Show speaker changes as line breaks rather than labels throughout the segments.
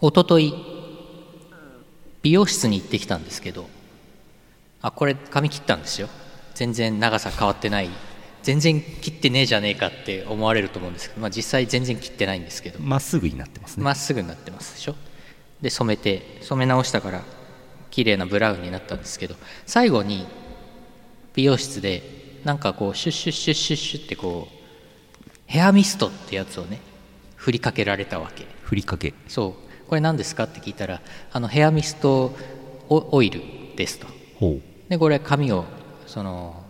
おととい美容室に行ってきたんですけどあこれ髪切ったんですよ全然長さ変わってない全然切ってねえじゃねえかって思われると思うんですけど、まあ、実際全然切ってないんですけど
まっすぐになってますね、
まっすぐになってますでしょで染めて染め直したから綺麗なブラウンになったんですけど最後に美容室でなんかこうシュッシュッシュッシュッシュッってこうヘアミストってやつをね振りかけられたわけ
ふりかけ
そうこれ何ですかって聞いたらあのヘアミストオオイルですと
ほう
でこれ髪をその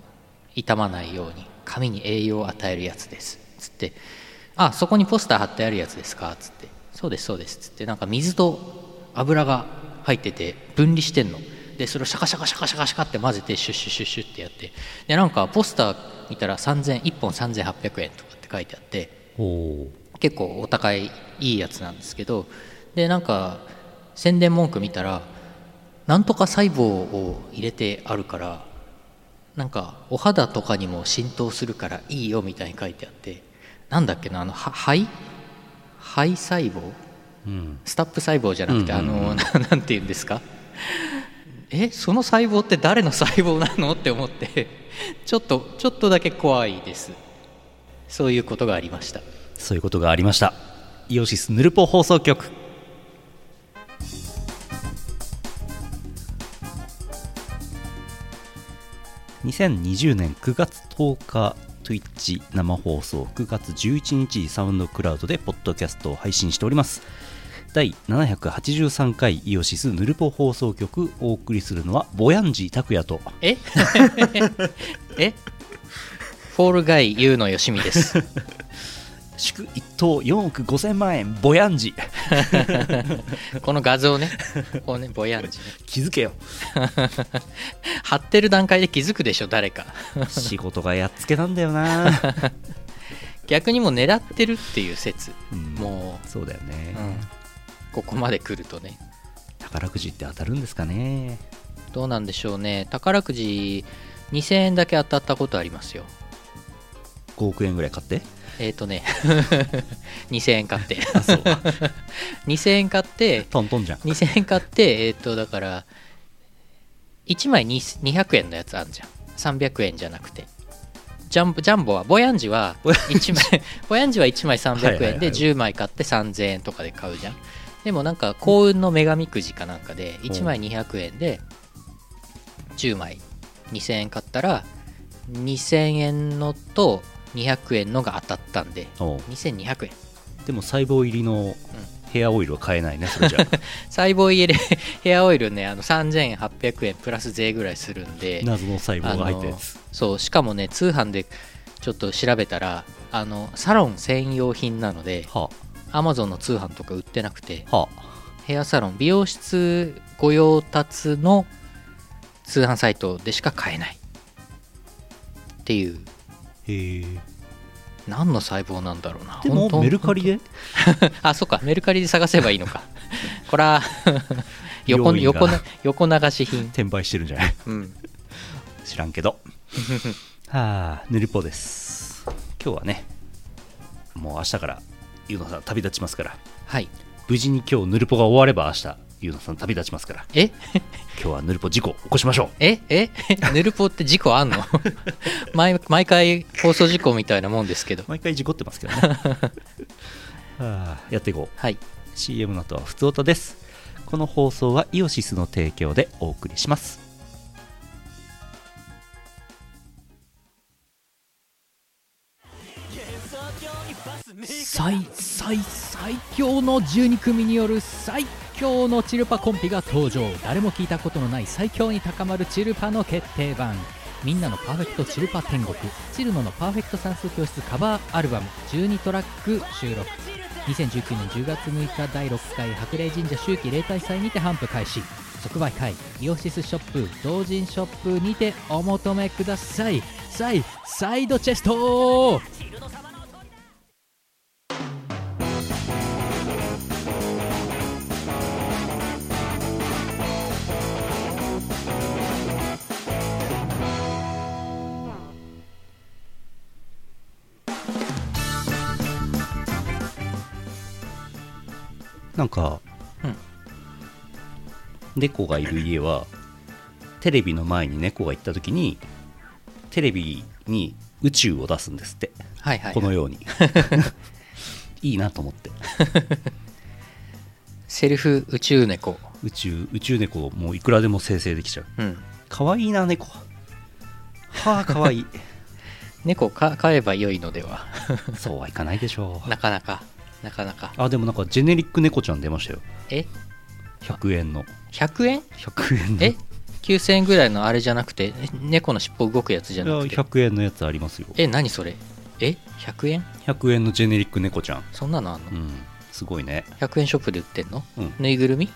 傷まないように髪に栄養を与えるやつですつって「あそこにポスター貼ってあるやつですか」つって「そうですそうです」つってなんか水と油が入ってて分離してんのでそれをシャカシャカシャカシャカシャカって混ぜてシュッシュッシュッシュッってやってでなんかポスター見たら3000 1本3800円とかって書いてあって
ほ
結構お高いいいやつなんですけどでなんか宣伝文句見たらなんとか細胞を入れてあるからなんかお肌とかにも浸透するからいいよみたいに書いてあってなんだっけなあのは肺肺細胞
う、うん、
スタップ細胞じゃなくて、
うんうんうん
あのななんて言うんですかえその細胞って誰の細胞なのって思ってちょっとちょっとだけ怖いですそういうことがありました
そういうことがありましたイオシスヌルポ放送局2020年9月10日 Twitch 生放送9月11日サウンドクラウドでポッドキャストを配信しております第783回イオシスヌルポ放送局お送りするのはボヤンジ拓也と
え えフォールガイユウのよしみです。
祝1等4億5000万円ボヤンジ
この画像ね、こうね、ぼやんじね。
気づけ よ
貼ってる段階で気づくでしょ、誰か。
仕事がやっつけなんだよな、
逆にもう狙ってるっていう説。
うん
も
そうだよ
う、う
ね、
ん、ここまで来るとね。
宝くじって当たるんですかね
どうなんでしょうね。宝くじ2000円だけ当たったことありますよ。
5億円ぐらい買って
えっ、とね、2000円買って。
あそう
2000円買って、
トントンじゃん
2000円買って、えっ、と、だから、1枚に200円のやつあるじゃん。300円じゃなくて。ジャンボジャンボは、ボヤンジは
ボヤ
1枚、 ボヤンジは1枚
はい
300
はい
円
はい
で10枚買って3000円とかで買うじゃん。でもなんか幸運の女神くじかなんかで1枚200円で10枚2000円買ったら2000円のと200円のが当たったんで
おう
2200円。
でも細胞入りのヘアオイルは買えないねそれじゃ
細胞入れ ヘアオイルねあの3800円プラス税ぐらいするんで
謎の細胞が入ったやつ、
そうしかもね通販でちょっと調べたらあのサロン専用品なので
は
Amazon の通販とか売ってなくて
あは
ヘアサロン美容室御用達の通販サイトでしか買えないっていう
へえ
何の細胞なんだろうな
で
本
も
当
メルカリで
あ、そっか、メルカリで探せばいいのか。こら、 横
病院が
横な横流し品。
転売してるんじゃない
うん。
知らんけ どはあぬるぽです今日はねもう明日からゆうのさん旅立ちますから
はい。
無事に今日ぬるぽが終われば明日ゆうのさん旅立ちますから
え
今日はぬるぽ事故起こしましょう
ええ ヌルポって事故あんの 毎毎回放送事故みたいなもんですけど。
毎回事故ってますけど ね、はあ、やっていこう
はい。
CM の後はふつおたですこの放送はイオシスの提供でお送りします
最最最強の12組による最強のチルパコンピが登場誰も聞いたことのない最強に高まるチルパの決定版みんなのパーフェクトチルパ天国チルノのパーフェクト算数教室カバーアルバム12トラック収録2019年10月6日第6回白麗神社秋季例大祭にて頒布開始即売会イオシスショップ同人ショップにてお求めくださいサイサイドチェスト
なんか猫がいる家はテレビの前に猫が行った時にテレビに宇宙を出すんですって
はいはい
このよ うにいいなと思って
セルフ宇宙猫
宇宙宇宙猫をもういくらでも生成できちゃう
うん
可愛いな猫はあ可愛い
猫か飼えば良いのでは
そうはいかないでしょう
なかなかなかなか
あでもなんかジェネリック猫ちゃん出ましたよ
え
100円の
100円
100円の
え9000円ぐらいのあれじゃなくてえ猫の尻尾動くやつじゃ
いや
なくて
100円のやつありますよ
え何それえ100円
100円のジェネリック猫ちゃん
そんなのあんの
うんすごいね
100円ショップで売ってんの、
うん
ぬいぐるみ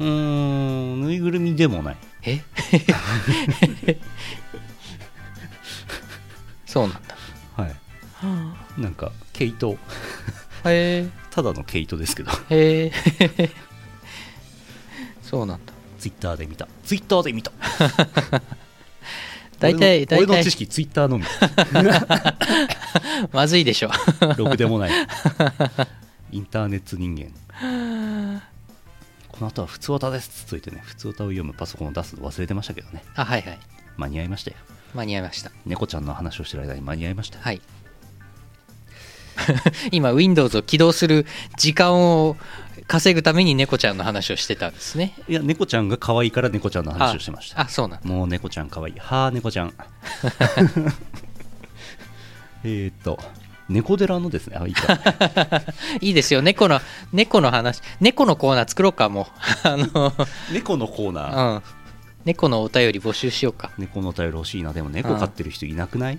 うーんぬいぐるみでもない
え そうなん だ
はいなんか毛糸
へ
ただの毛糸ですけ ど
えへえ そうなんだ
ツイッターで見たツイッターで見た
大体
俺
大
の俺
体
の知識ツイッター のみ
まずいでしょ
ろくでもないインターネット人間この後は普通歌ですつっといてね普通歌を読むパソコンを出すの忘れてましたけどね
あはいはい
間に合いましたよ
間に合いました
猫ちゃんの話をしてる間に間に合いました
はい今 Windows を起動する時間を稼ぐために猫ちゃんの話をしてたんですね
いや猫ちゃんが可愛いから猫ちゃんの話をしてました
あそうなんだ
もう猫ちゃんかわいい。はあ、猫ちゃん。 えーっと、猫寺のですね、あ、いいか。
いいですよ猫の猫の話猫のコーナー作ろうかもう あの
猫のコーナー。
うん、猫のお便り募集しようか
猫のお便り欲しいな。でも猫飼ってる人いなくない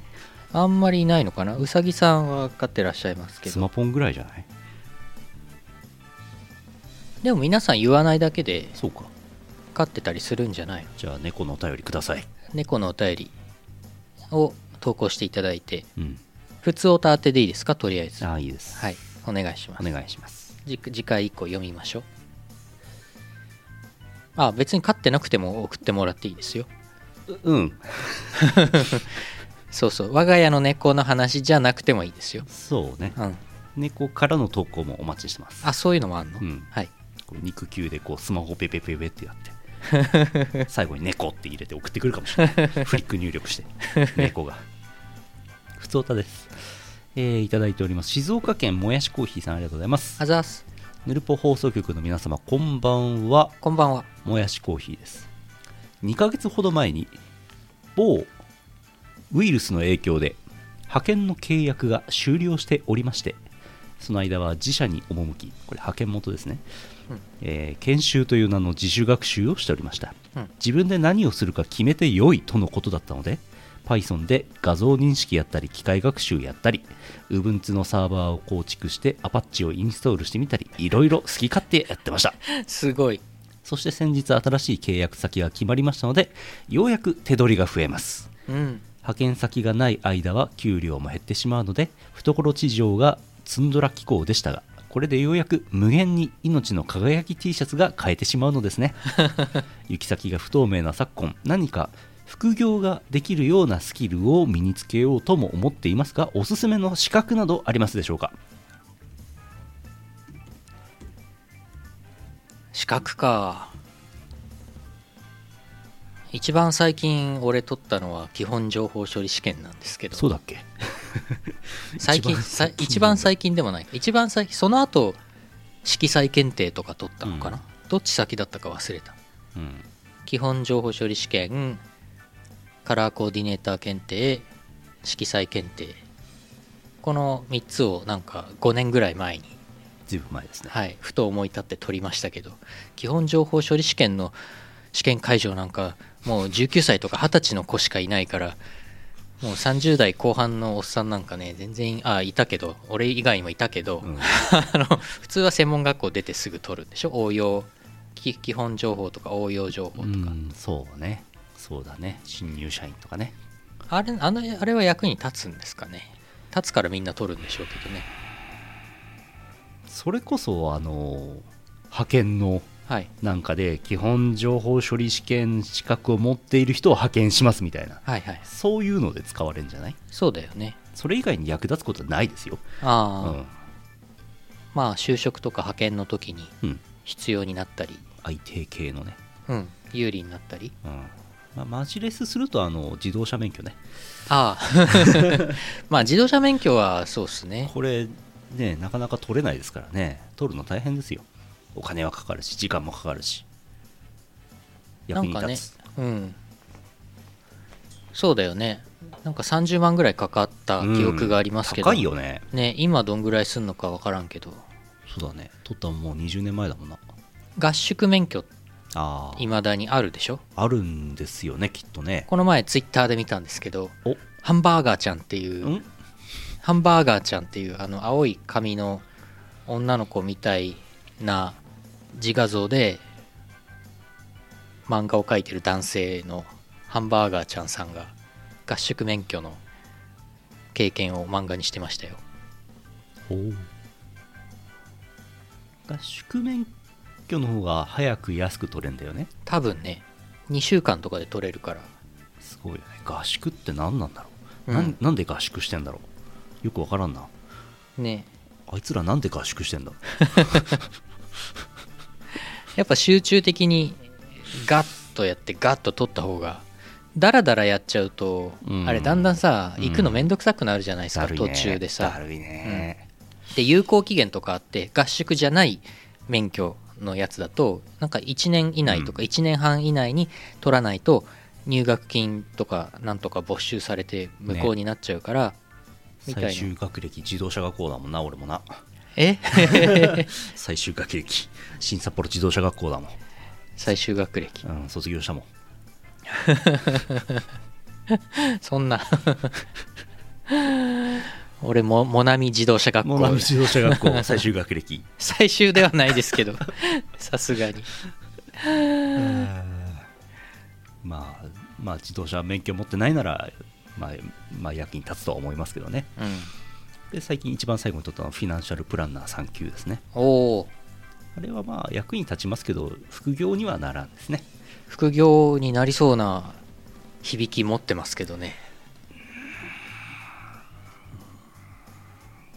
あんまりいないのかなうさぎさんは飼ってらっしゃいますけ
ス
ど
マポンぐらいじゃない
でも皆さん言わないだけで
そうか。
飼ってたりするんじゃないの
じゃあ、猫のお便りください。
猫のお便りを投稿していただいて
うん。
普通おた当てでいいですかとりあえず
ああ、いいです。
はいお願いします
お願いします。
じ次回以降読みましょうあ別に飼ってなくても送ってもらっていいですよ
ううん。
そうそう我が家の猫の話じゃなくてもいいですよ
そうね。
うん
猫からの投稿もお待ちしてます。
あそういうのもあんの、
うん
はい
こう肉球でこうスマホペペペペってやって。 最後に猫って入れて送ってくるかもしれない。フリック入力して、猫が。普通歌です。えーいただいております。静岡県もやしコーヒーさんありがとうございます。
あざーす
ぬるぽ放送局の皆様、こんばんは。
こんばんは
もやしコーヒーです。2ヶ月ほど前に、某ウイルスの影響で、派遣の契約が終了しておりまして、その間は自社に赴き、これ派遣元ですね、
うん
えー研修という名の自主学習をしておりました。
うん
自分で何をするか決めて良いとのことだったので Python で画像認識やったり機械学習やったり Ubuntu のサーバーを構築して Apache をインストールしてみたりいろいろ好き勝手やってました
すごい
そして先日新しい契約先が決まりましたのでようやく手取りが増えます
うん
派遣先がない間は給料も減ってしまうので懐地上がツンドラ機構でしたがこれでようやく無限に命の輝き T シャツが買えてしまうのです ね行き先が不透明な昨今何か副業ができるようなスキルを身につけようとも思っていますがおすすめの資格などありますでしょうか
資格か一番最近俺取ったのは基本情報処理試験なんですけど
そうだっけ
最近
一番
さ
最近
一番最近でもない一番最近その後色彩検定とか取ったのかな、どっち先だったか忘れた
うん
基本情報処理試験カラーコーディネーター検定色彩検定この3つをなんか5年ぐらい前に
ずいぶん前ですね
はい、ふと思い立って取りましたけど基本情報処理試験の試験会場なんかもう19歳とか20歳の子しかいないからもう30代後半のおっさんなんかね全然あいたけど俺以外もいたけど、
う ん
あの普通は専門学校出てすぐ取るんでしょ応用き基本情報とか応用情報とか、
うんそうねそうだね新入社員とかね
あれあのあれは役に立つんですかね立つからみんな取るんでしょうけどね
それこそあの派遣の
はい
なんかで基本情報処理試験資格を持っている人を派遣しますみたいな
はいはい
そういうので使われるんじゃない
そうだよね
それ以外に役立つことはないですよ、う
ああ、
ん
まあ就職とか派遣の時に
うん、
必要になったり
IT 系のね
うん、有利になったり
うんまあ、マジレスするとあの自動車免許ね
ああ まあ自動車免許はそうですね
これねなかなか取れないですからね取るの大変ですよお金はかかるし時間もかかるし
な
役
ん
に
かね
立つ、
うんそうだよねなんか30万ぐらいかかった記憶がありますけど、
うん高いよね
ね今どんぐらいすんのか分からんけど
そうだね取ったのもう20年前だもんな
合宿免許
あー
いまだにあるでしょ
あるんですよねきっとね
この前ツイッターで見たんですけど
お
ハンバーガーちゃんっていう、
ん
ハンバーガーちゃんっていうあの青い髪の女の子みたいな自画像で漫画を描いてる男性のハンバーガーちゃんさんが合宿免許の経験を漫画にしてましたよ
合宿免許の方が早く安く取れんだよね
多分ね2週間とかで取れるから
すごいよね合宿って何なんだろう、
うん
なん、なんで合宿してんだろうよくわからんな
ね
あいつらなんで合宿してんだ
やっぱ集中的にガッとやってガッと取った方がダラダラやっちゃうと、
うん
あれだんだんさ
うん
行くのめんどくさくなるじゃないですか、
だるいね
途中で
だ
さ
るいね、
で有効期限とかあって合宿じゃない免許のやつだとなんか1年以内とか1年半以内に取らないと入学金とかなんとか没収されて無効になっちゃうから、みたいな
最終学歴自動車学校だもんな 俺もな
え
最終学歴新札幌自動車学校だも
最終学歴
ん、うん、卒業したもん
そんな 俺もモナミ自動車学
モナ
校
ミ自動車学校 最終学歴
最終ではないですけど さすがに
まあまあ自動車免許持ってないなら、まあ、まあ役に立つとは思いますけどね
うん
で最近一番最後に取ったのはフィナンシャルプランナー3級ですね
おお
あれはまあ役に立ちますけど副業にはならんですね
副業になりそうな響き持ってますけどね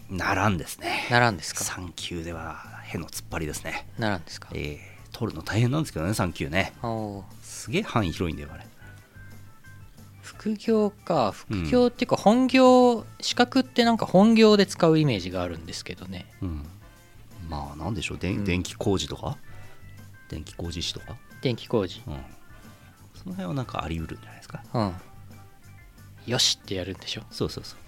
ならんですね
ならんですか
3級ではへの突っ張りですね
ならんですか
えー、取るの大変なんですけどね3級ね
おー
すげえ範囲広いんだよあれ
副業か副業っていうか本業、資格ってなんか本業で使うイメージがあるんですけどね
うんまあなんでしょう、で
うん
電気工事とか電気工事士とか
電気工事
うんその辺はなんかあり得るんじゃないですか
うんよしってやるんでしょ
そうそうそう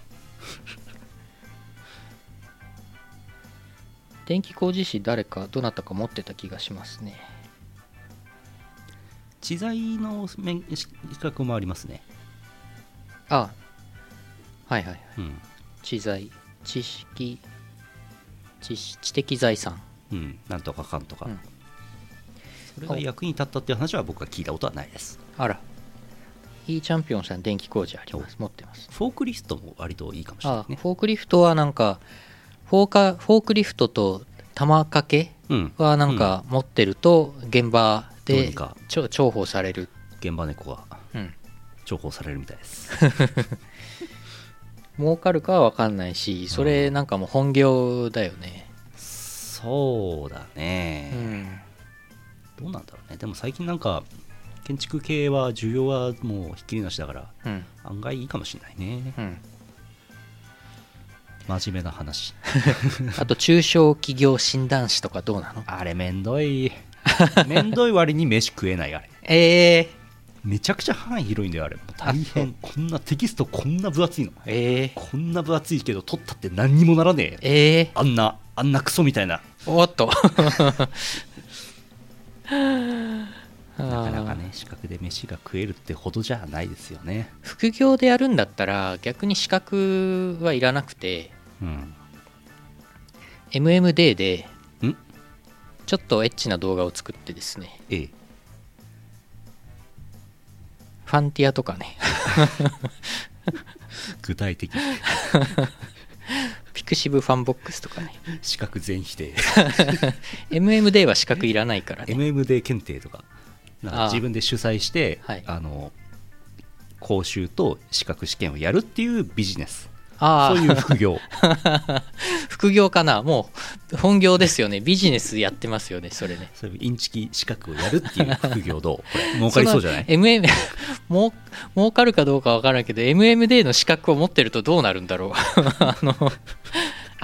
電気工事士誰かどなたか持ってた気がしますね
知財の面資格もありますね
あはいはいはい
うん
知財知識知識知的財産
うんなんとかかんとか、
うん
それが役に立ったっていう話は僕は聞いたことはないです
あら E チャンピオンさん電気工事あります持ってます
フォークリストも割といいかもしれな
あ
いね
フォークリフトはなんかフォーカフォークリフトと玉掛け
うん
はなんか持ってると現場
どう
で
にか
ちょ重宝される、
現場猫が
うん、
重宝されるみたいです
儲かるかは分かんないしそれなんかもう本業だよね、
そうだ
う
ね、
ん、
どうなんだろうねでも最近なんか建築系は需要はもうひっきりなしだから
うん
案外いいかもしれないね
うん、
真面目な話
あと中小企業診断士とかどうなの
あれめんどいめんどい割に飯食えないあれ
えー、
めちゃくちゃ範囲広いんだよあれもう大変こんなテキストこんな分厚いの
えー、
こんな分厚いけど取ったって何にもならねえよ
えー、
あんなあんなクソみたいな
おっと
なかなかね資格で飯が食えるってほどじゃないですよね
副業でやるんだったら逆に資格はいらなくて
うん
MMD で
ん
ちょっとエッチな動画を作ってですね
ええ
ファンティアとかね
具体 的
ピクシブファンボックスとかね
資格全否定
MMD は資格いらないからね
MMD 検定とかなんか
あー
自分で主催して
はい
あの講習と資格試験をやるっていうビジネス
あ
そう
あ
いう副業
副業かなもう本業ですよねビジネスやってますよねそれね
そういうインチキ資格をやるっていう副 業どうこれ儲かりそうじゃない
その MM もう儲かるかどうかわからんけど MMD の資格を持ってるとどうなるんだろう あの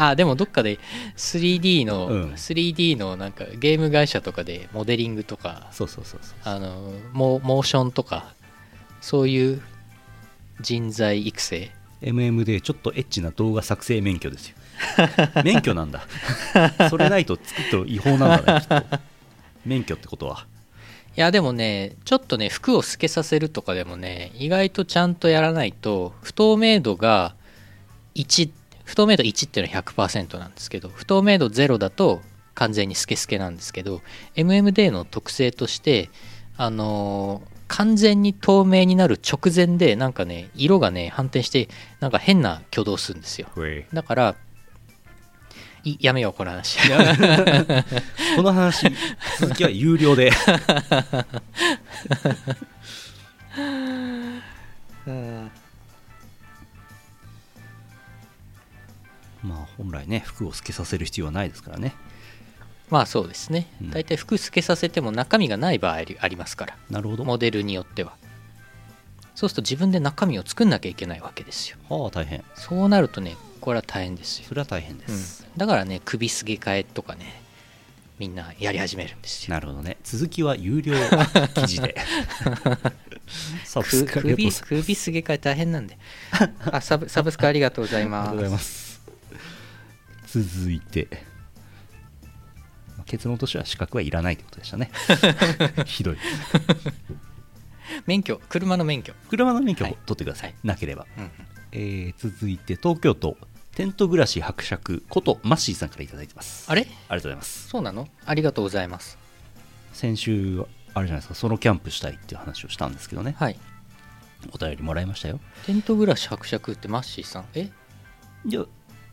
あでもどっかで 3D の、
うん
3D のなんかゲーム会社とかでモデリングとか
そうそうそうそう
あのモモーションとかそういう人材育成
MM でちょっとエッチな動画作成免 許ですよ免許なんだそれないと作っても違法なんだねきっと免許ってことはい
やでもねちょっとね服を透けさせるとかでもね意外とちゃんとやらないと不透明度が1不透明度1っていうのは100%なんですけど不透明度0だと完全に透け透けなんですけど MMD の特性としてあのー完全に透明になる直前でなんかね色がね反転してなんか変な挙動するんですよ
これ
だからいやめようこの話
この話続きは有 料でまあ本来ね服を透けさせる必要はないですからね
まあそうですね、
うん
大体服透けさせても中身がない場合ありありますから
なるほど
モデルによってはそうすると自分で中身を作んなきゃいけないわけですよ
はあ大変
そうなるとねこれは大変ですよ、
それは大変で
うん
す、
だからね首すげ替えとかねみんなやり始めるんですよ
なるほどね続きは有料記 事でサブ
く
スクレポ
首
ス
首すげ替え大変なんであサブサブスクありがとうござい
ありが
ま
と
す
うございます続いてまあ結論としては資格はいらないってことでした ねひどい
免許車の免許、
車の免許を
はい
取ってください、
は
なければ、
うんうん
えー続いて東京都テント暮らし伯爵ことマッシーさんからいただいてます
あれ
ありがとうございます
そうなのありがとうございます
先週あれじゃないですかソロキャンプしたいっていう話をしたんですけどね
はい
お便りもらいましたよ
テント暮らし伯爵ってマッシーさんえ
いや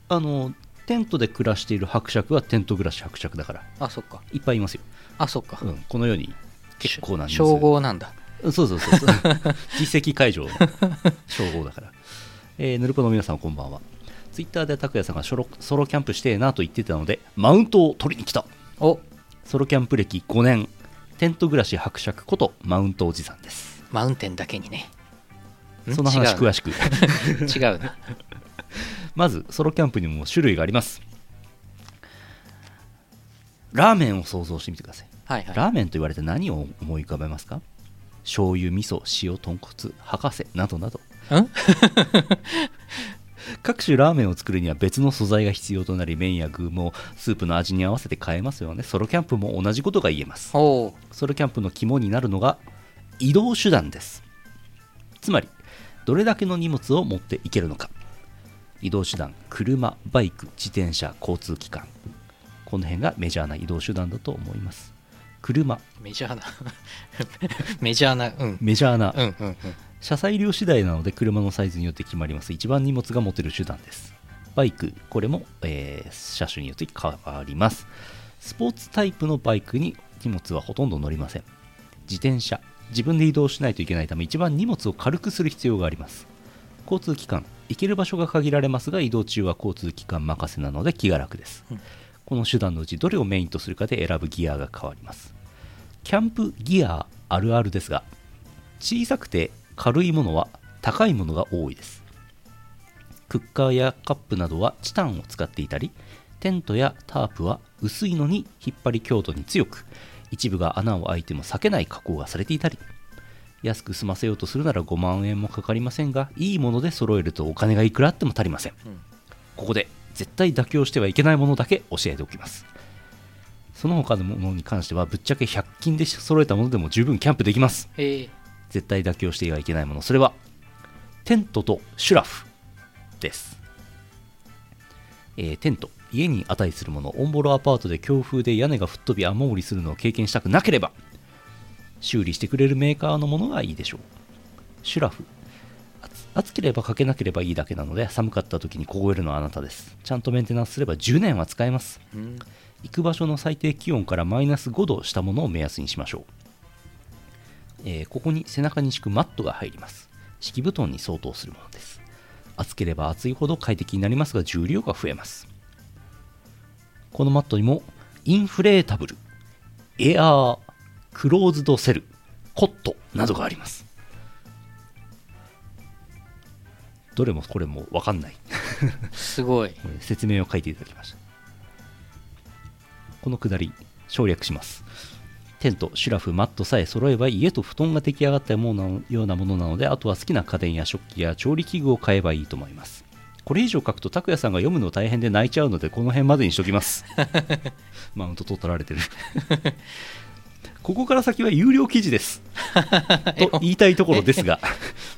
あのテントで暮らしている伯爵はテント暮らし伯爵だから
あそっか
いっぱいいますよ、
あそっか、
うん、このように結構な人数
称号なんだ
うんそうそ うそうそう実績解除の称号だから、えーヌルポの皆さんこんばんはツイッターで拓也さんがソロソロキャンプしてえなと言ってたのでマウントを取りに来た
お
ソロキャンプ歴5年テント暮らし伯爵ことマウントおじさんです
マウンテンだけにねん
その話
違う
詳しく
な違うな
まずソロキャンプにも種類がありますラーメンを想像してみてください
はいは
ラーメンと言われて何を思い浮かべますか醤油味噌塩豚骨博士などなど
いん
各種ラーメンを作るには別の素材が必要となり麺や具もスープの味に合わせて変えますよねソロキャンプも同じことが言えます
おう
ソロキャンプの肝になるのが移動手段ですつまりどれだけの荷物を持っていけるのか移動手段車バイク自転車交通機関この辺がメジャーな移動手段だと思います車
メジャーな メジャーなうん
メジャーな
うんうんうん
車載量次第なので車のサイズによって決まります一番荷物が持てる手段ですバイクこれも、えー車種によって変わりますスポーツタイプのバイクに荷物はほとんど乗りません自転車自分で移動しないといけないため一番荷物を軽くする必要があります交通機関行ける場所が限られますが移動中は交通機関任せなので気が楽です、
うん
この手段のうちどれをメインとするかで選ぶギアが変わりますキャンプギアあるあるですが小さくて軽いものは高いものが多いですクッカーやカップなどはチタンを使っていたりテントやタープは薄いのに引っ張り強度に強く一部が穴を開いても裂けない加工がされていたり安く済ませようとするなら5万円もかかりませんがいいもので揃えるとお金がいくらあっても足りません
うん
ここで絶対妥協してはいけないものだけ教えておきますその他のものに関してはぶっちゃけ100均で揃えたものでも十分キャンプできます
へえ
絶対妥協してはいけないものそれはテントとシュラフです、えーテント家に値するものオンボロアパートで強風で屋根が吹っ飛び雨漏りするのを経験したくなければ修理してくれるメーカーのものがいいでしょうシュラフ暑暑ければかけなければいいだけなので寒かった時に凍えるのはあなたですちゃんとメンテナンスすれば10年は使えます
うん
行く場所の最低気温からマイナス5度したものを目安にしましょう、えーここに背中に敷くマットが入ります敷布団に相当するものです暑ければ暑いほど快適になりますが重量が増えますこのマットにもインフレータブルエアークローズドセルコットなどがありますどれもこれも分かんない
すごい
えー説明を書いていただきましたこのくだり省略しますテントシュラフマットさえ揃えば家と布団が出来上がったものなのようなものなのであとは好きな家電や食器や調理器具を買えばいいと思いますこれ以上書くと拓也さんが読むの大変で泣いちゃうのでこの辺までにしときますマウント取られてるここから先は有料記事ですと言いたいところですが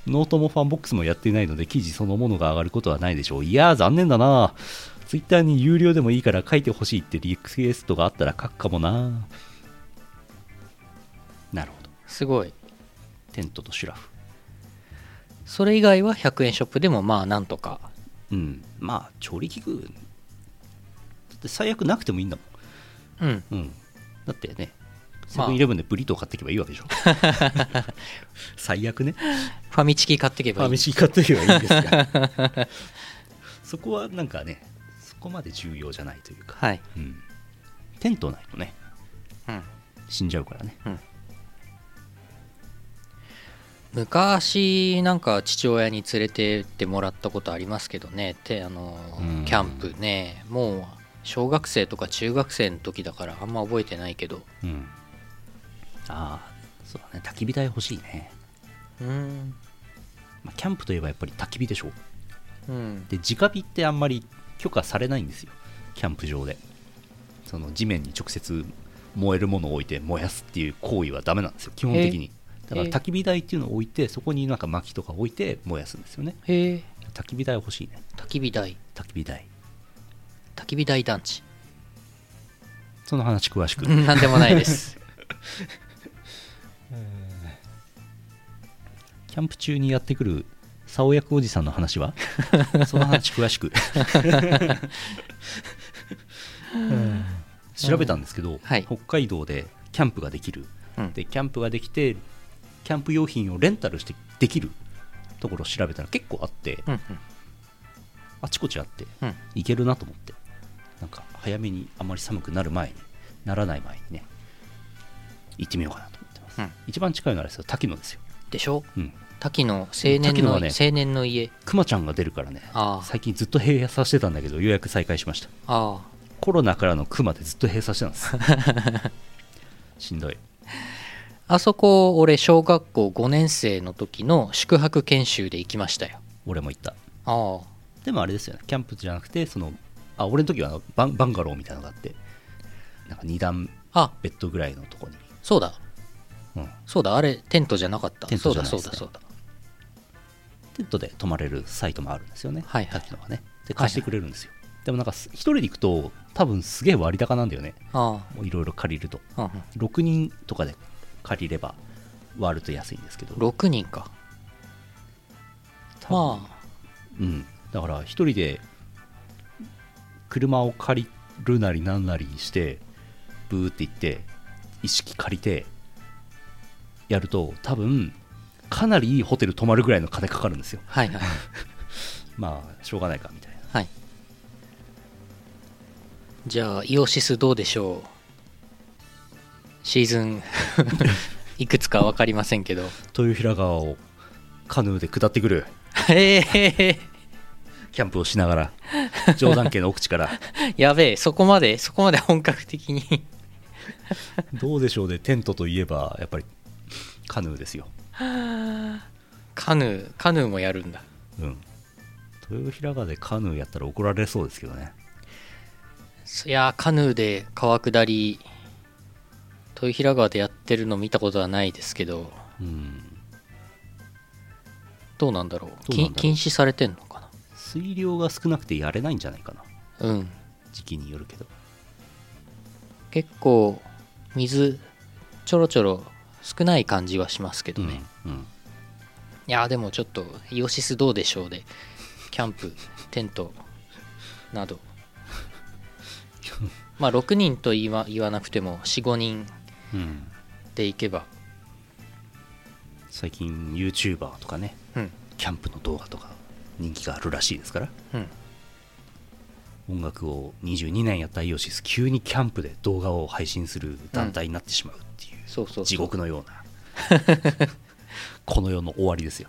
ノートもファンボックスもやっていないので記事そのものが上がることはないでしょういやー残念だなツイッターに有料でもいいから書いてほしいってリクエストがあったら書くかもななるほど
すごい
テントとシュラフ
それ以外は100円ショップでもまあなんとか
うんまあ調理器具だって最悪なくてもいいんだ
うん
もんうんだってねセ
まあ
ブンイレブンでブリトー買ってけばいいわ けでしょ最悪ね
ファミチキ買ってけ
フ
ばい
ァ
い
ミチキ買っとけばいいんですが そこはなんかねそこまで重要じゃないというか、
はい、
うん、テントないとね
うん、
死んじゃうからね
昔なんか父親に連れてってもらったことありますけどねてあの
うん
キャンプねもう小学生とか中学生の時だからあんま覚えてないけど
うんああそうだね焚き火台欲しいね、
うん
まあ、キャンプといえばやっぱり焚き火でしょ
うん
で直火ってあんまり許可されないんですよキャンプ場でその地面に直接燃えるものを置いて燃やすっていう行為はダメなんですよ基本的にだから
へえ
焚き火台っていうのを置いてそこになんか薪とか置いて燃やすんですよね
へえ
焚き火台欲しいね
焚き火台
焚き火台
焚き火台団地
その話詳しく
うんなんでもないです
キャンプ中にやってくる竿役おじさんの 話はその話詳しくうん調べたんですけど、
はい
北海道でキャンプができる、
うん
でキャンプができてキャンプ用品をレンタルしてできるところを調べたら結構あって
うん
あちこちあって
うんうん
行けるなと思ってなんか早めにあまり寒くなる前にならない前にね行ってみようかなと思ってます、
うん
一番近いのはあれですよ滝野ですよ、
でしょ
うん、
滝の青年の
滝野はね
青年の家
クマちゃんが出るからね
ああ
最近ずっと閉鎖してたんだけどようやく再開しました
あ
コロナからのクマでずっと閉鎖してたんです しんどい
ああそこ俺小学校5年生の時の宿泊研修で行きましたよ
俺も行った
ああ
でもあれですよねキャンプじゃなくてそのあ俺の時はあのバンバンガローみたいなのがあってなんか2段
あ
ベッドぐらいのとこに、
そうだ
うん、
そうだあれテントじゃなかった
テン
そ
ト
う
じ
だ
ゃない
そ
で
う
すね
だそうだ
テントで泊まれるサイトもあるんですよね、
はいはい
滝野がねで貸してくれるんですよ、でもなんかす一人で行くと多分すげえ割高なんだよね
あ
もういろいろ借りると
あ、うん
6人とかで借りれば割ると安いんですけど
うん、6人か
多分
まあ
うん、だから一人で車を借りるなりなんなりしてブーって行って一式借りてやると多分かなりいいホテル泊まるぐらいの金かかるんですよ
はい はい
まあしょうがないかみたいな
はいじゃあイオシスどうでしょうシーズ ンいくつか分かりませんけど
豊平川をカヌーで下ってくる
ええ
キャンプをしなが ら冗談家の奥地から
やべえそこまでそこまで 本格的に
どうでしょうねテントといえばやっぱりカヌーですよ
カヌーカヌーもやるんだ
うん豊平川でカヌーやったら怒られそうですけどね
いやーカヌーで川下り豊平川でやってるの見たことはないですけど
うん
どうなんだろう
どうなんだろう
禁禁止されてんのか
水量が少なくてやれないんじゃないかな
なうん
時期によるけど
結構水ちょろちょろ少ない感じはしますけどね、い
うん
やーでもちょっとイオシスどうでしょうでキャンプテントなどまあ6人と言わ言わなくても45人
うんうん
で行けば
最近 YouTuber とかね
うん
キャンプの動画とか人気があるらしいですから
うん
音楽を22年やったイオシス急にキャンプで動画を配信する団体になってしまうっていう、
そうそうそう
地獄のような この世の終わりですよ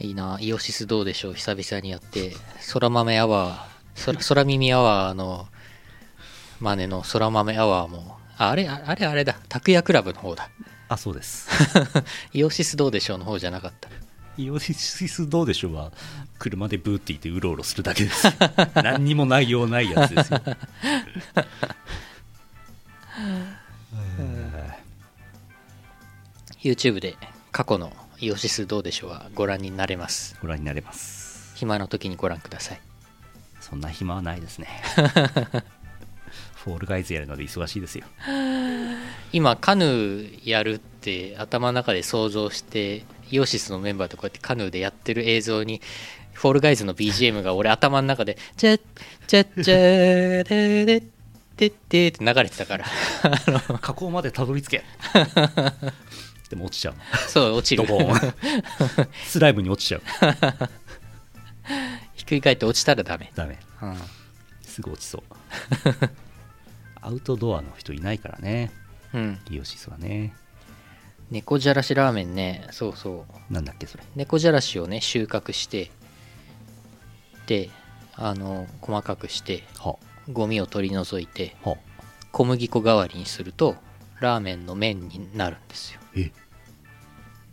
いいなイオシスどうでしょう久々にやって空豆アワー空空耳アワーの真似の空豆アワーもああれああれあれだ拓也クラブの方だ
あそうです
イオシスどうでしょうの方じゃなかった
イオシスどうでしょうは車でブーっていてうろうろするだけです何にも内容ないやつですよえ
YouTube で過去のイオシスどうでしょうはご覧になれます
ーご覧になれます
暇の時にご覧ください
そんな暇はないですねフォールガイズやるので忙しいですよ
今カヌーやるって頭の中で想像してイオシスのメンバーとこうやってカヌーでやってる映像にフォールガイズの BGM が俺頭の中で「チェッチェッチェーテレテッテ」って流れてたから あの
河口までたどり着けでも落ちちゃう
そう落ち
ド
る
ボーンスライムに落ちちゃう
ひっくり返って落ちたらダメ、
ダメ
うん、
すぐ落ちそうアウトドアの人いないからね
うん
イオシスはね
猫じゃらしラーメンねそうそう
なんだっけそれ
猫じゃらしをね収穫してであの細かくして
は
ゴミを取り除いて
は
小麦粉代わりにするとラーメンの麺になるんですよ
え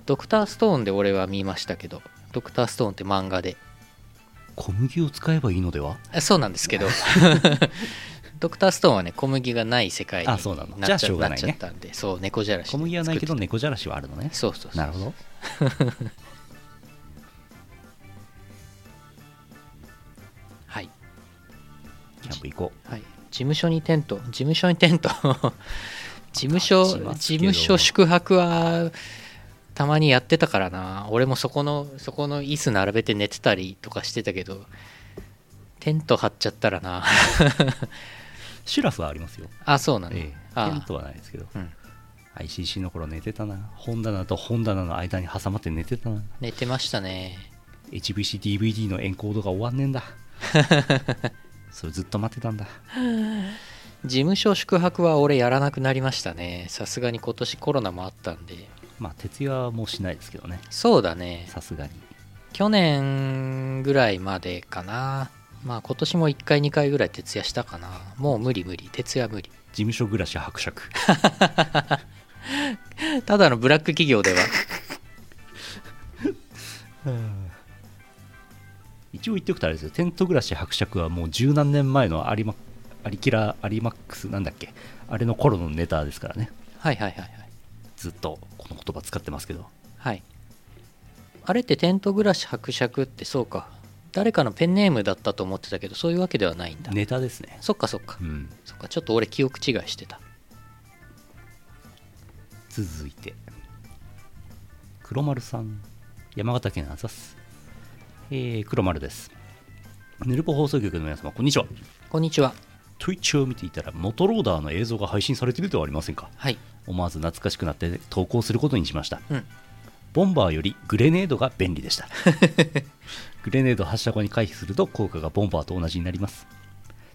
ドクターストーンで俺は見ましたけどドクターストーンって漫画で
小麦を使えばいいのでは
あそうなんですけ どドクターストーンはね小麦がない世界にな
あ
っち
そ
ゃ
うなの
な
じ
っ
ゃあしょうがないね
ちゃったんでそう猫じゃらし
小麦はないけど
作って
猫じゃらしはあるのね
たそうそうそう
なるほど
はい、
キャンプ行こう
はい、事務所にテント事務所にテン ト事務所
立ち
事
ますけ
務
ど
所宿泊はたまにやってたからな俺もそこのそこの椅子並べて寝てたりとかしてたけどテント張っちゃったら な
シュラフはありますよ
あそうなの、
ええ
ああ
テントはないですけど
うん
ICC の頃寝てたな本棚と本棚の間に挟まって寝てたな
寝てましたね
HBCDVD のエンコードが終わんねえ んだそれずっと待ってたんだ
事務所宿泊は俺やらなくなりましたねさすがに今年コロナもあったんで
まあ徹夜はもうしないですけどね
そうだね
さすがに
去年ぐらいまでかなまあ今年も1回2回ぐらい徹夜したかなもう無理無理徹夜無理
事務所暮らし伯爵
ただのブラック企業 では
一応言っておくとあれですよテント暮らし伯爵はもう十何年前のアリマアリキラアリマックスなんだっけあれの頃のネタですからね
はいはいはいはい
ずっとこの言葉使ってますけど
はいあれってテント暮らし伯爵ってそうか誰かのペンネームだったと思ってたけどそういうわけではないんだ、
ネタですね
そっかそっか、
うん
そっかちょっと俺記憶違いしてた
続いて黒丸さん山形県あざす、えー、黒丸ですヌルポ放送局の皆様こんにちは
こんにちは
Twitch を見ていたらモトローダーの映像が配信されているではありませんか
はい
思わず懐かしくなって投稿することにしました、
うん
ボンバーよりグレネードが便利でしたグレネード発射後に回避すると効果がボンバーと同じになります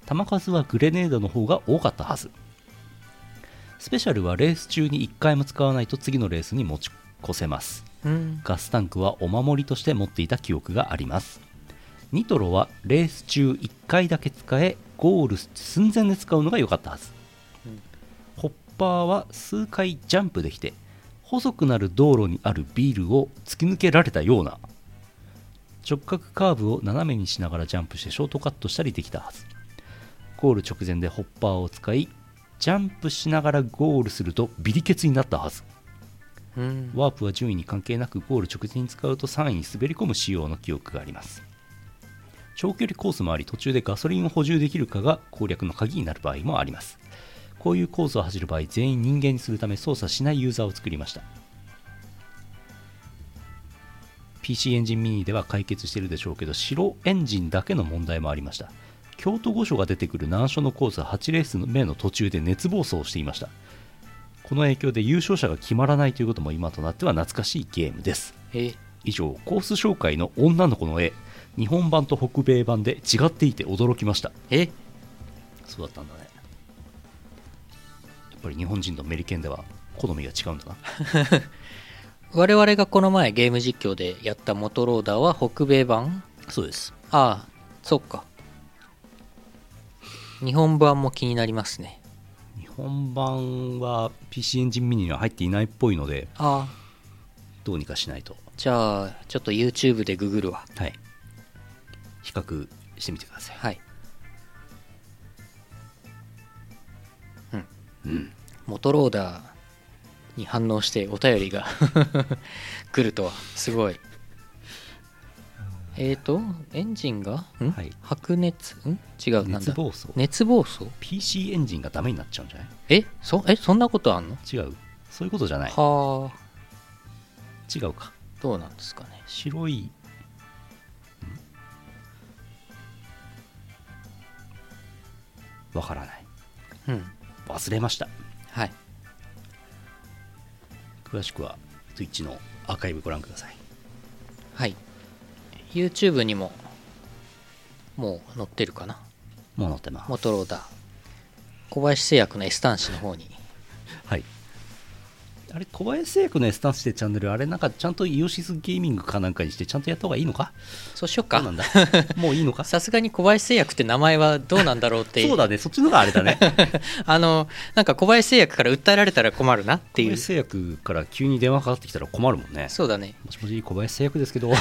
弾数はグレネードの方が多かったはずスペシャルはレース中に1回も使わないと次のレースに持ち越せます
うん
ガスタンクはお守りとして持っていた記憶がありますニトロはレース中1回だけ使えゴール寸前で使うのが良かったはず、
うん
ホッパーは数回ジャンプできて細くなる道路にあるビールを突き抜けられたような直角カーブを斜めにしながらジャンプしてショートカットしたりできたはずゴール直前でホッパーを使いジャンプしながらゴールするとビリケツになったはず
うん
ワープは順位に関係なくゴール直前に使うと3位に滑り込む仕様の記憶があります長距離コースもあり途中でガソリンを補充できるかが攻略の鍵になる場合もありますこういうコースを走る場合全員人間にするため操作しないユーザーを作りました PC エンジンミニでは解決してるでしょうけど白エンジンだけの問題もありました京都御所が出てくる難所のコース8レース目の途中で熱暴走をしていましたこの影響で優勝者が決まらないということも今となっては懐かしいゲームです
え
以上コース紹介の女の子の絵日本版と北米版で違っていて驚きました
え
そうだったんだねやっぱり日本人とメリケンでは好みが違うんだな
我々がこの前ゲーム実況でやったモトローダは北米版
そうです
ああそっか日本版も気になりますね
日本版は PC エンジンミニには入っていないっぽいので
ああ
どうにかしないと
じゃあちょっと YouTube でググるわ
はい比較してみてください
はいうん
うん
モトローダーに反応してお便りが 来るとはすごいえーとエンジンがん、
はい
白熱ん違うなん
熱
だ
暴走
熱暴走
PC エンジンがダメになっちゃうんじゃない
えそえそんなことあんの、
違うそういうことじゃない
はあ
違うか
どうなんですかね
白いんわからない
うん
忘れました
はい
詳しくは Twitch のアーカイブご覧ください
はい YouTube にももう載ってるかな
もう載ってます
モトローダー小林製薬の S 端子の方に
はいあれ小林製薬のスタンスでチャンネルあれなんかちゃんとイオシスゲーミングかなんかにしてちゃんとやった方がいいのか
そうしよっ
ど
か
うなんだもういい のかそ
さすがに小林製薬って名前はどうなんだろうって
うだねそっちの方があれ だね
あのなんか小林製薬から訴えられたら困るなって
小
いう
林製薬から急に電話かかってきたら困るもんね
そうだね
もしもし小林製薬ですけど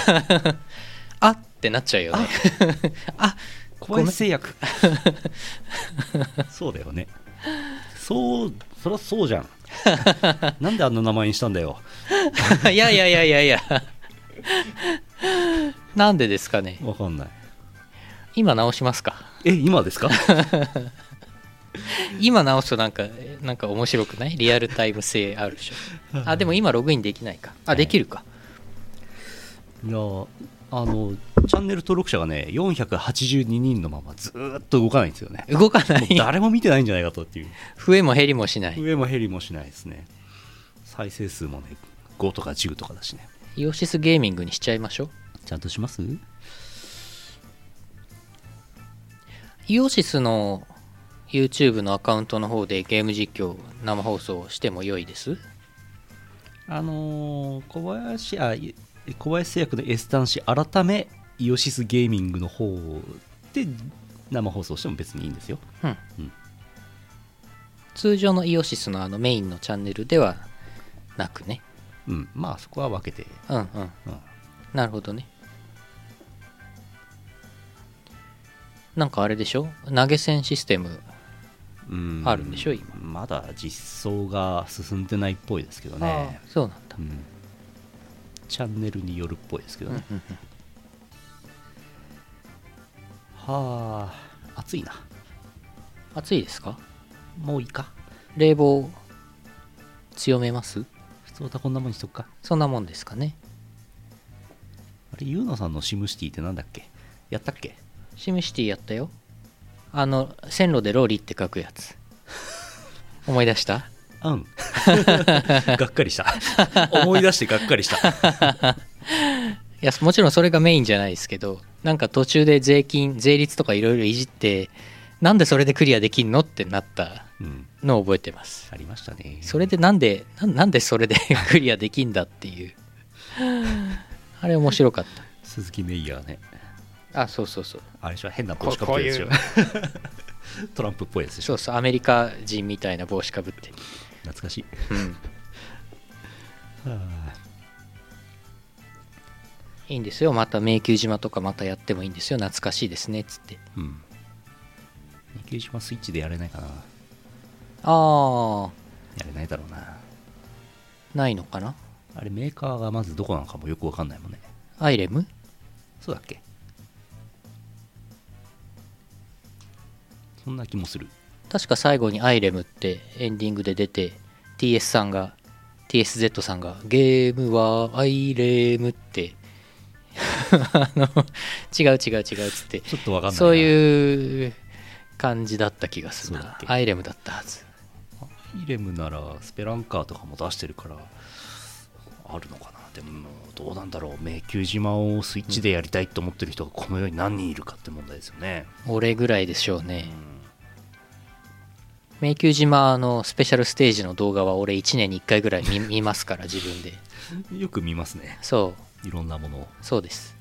あってなっちゃうよねあ
小林製薬 そうだよねそうそりゃそうじゃんなんであんな名前にしたんだよ
いやいやいやいやいやなんでですかね
わかんない
今直しますか
え今ですか
今直すとなんかえなんか面白くないリアルタイム性あるでしょあでも今ログインできないかあできるか
いやーあのチャンネル登録者がね482人のままずーっと動かないんですよね
動かな
もう
い
誰も見てないんじゃないかとっていう
増えも減りもしない
上も減りもしないですね再生数もね5とか10とかだしね
イオシスゲーミングにしちゃいましょう
ちゃんとします
イオシスの YouTube のアカウントの方でゲーム実況生放送しても良いです
あのー小林あい小林製薬の S 端子改めイオシスゲーミングの方で生放送しても別にいいんですよ
うん
うん
通常のイオシスのあのメインのチャンネルではなくね
うんまあそこは分けて、
うんうん
うん、
なるほどねなんかあれでしょ投げ銭システム
うん
あるんでしょ今
まだ実装が進んでないっぽいですけどね、
そうなんだ
うん、チャンネルによるっぽいですけどね、
うんうん
はあ暑いな
暑いですか
もういいか
冷房強めます
普通はこんなもんにしとくか
そんなもんですかね
あれゆうのさんのシムシティってなんだっけやったっけ
シムシティやったよあの線路でローリーって書くや つ思い出した
うん がっかりした思い出してがっかり した
いやもちろんそれがメインじゃないですけどなんか途中で税金税率とかいろいろいじってなんでそれでクリアできんのってなった
うん
のを覚えてます
ありましたね
それでなんでななんでそれで クリアできんだっていうあれ面白かっ
鈴木メイヤーね
たあそうそうそう
あれでしょ変な帽子かぶってるやつでしょ トランプっぽいやつでし
そ
ょ
うそうアメリカ人みたいな帽子かぶって
懐かしい
うん
はあ
いいんですよまた迷宮島とかまたやってもいいんですよ懐かしいですねっつって
うん右島スイッチでやれないかな
ああ
やれないだろうな
ないのかな
あれメーカーがまずどこなのかもよくわかんないもんね
アイレム
そうだっけそんな気もする
確か最後にアイレムってエンディングで出て TS さんが TSZ さんがゲームはアイレムって あの違う違う違うっつって
ちょっとわかんないな
そういう感じだった気がする
そうだっ
な
け
アイレムだったはず
イレムならスペランカーとかも出してるからあるのかなでもどうなんだろう迷宮島をスイッチでやりたいと思ってる人がこの世に何人いるかって問題ですよね、
俺ぐらいでしょう
う
ね
ん
迷宮島のスペシャルステージの動画は俺1年に1回ぐらい見 見ますから自分で
よく見ますね
そ
いろんなものを
うそうです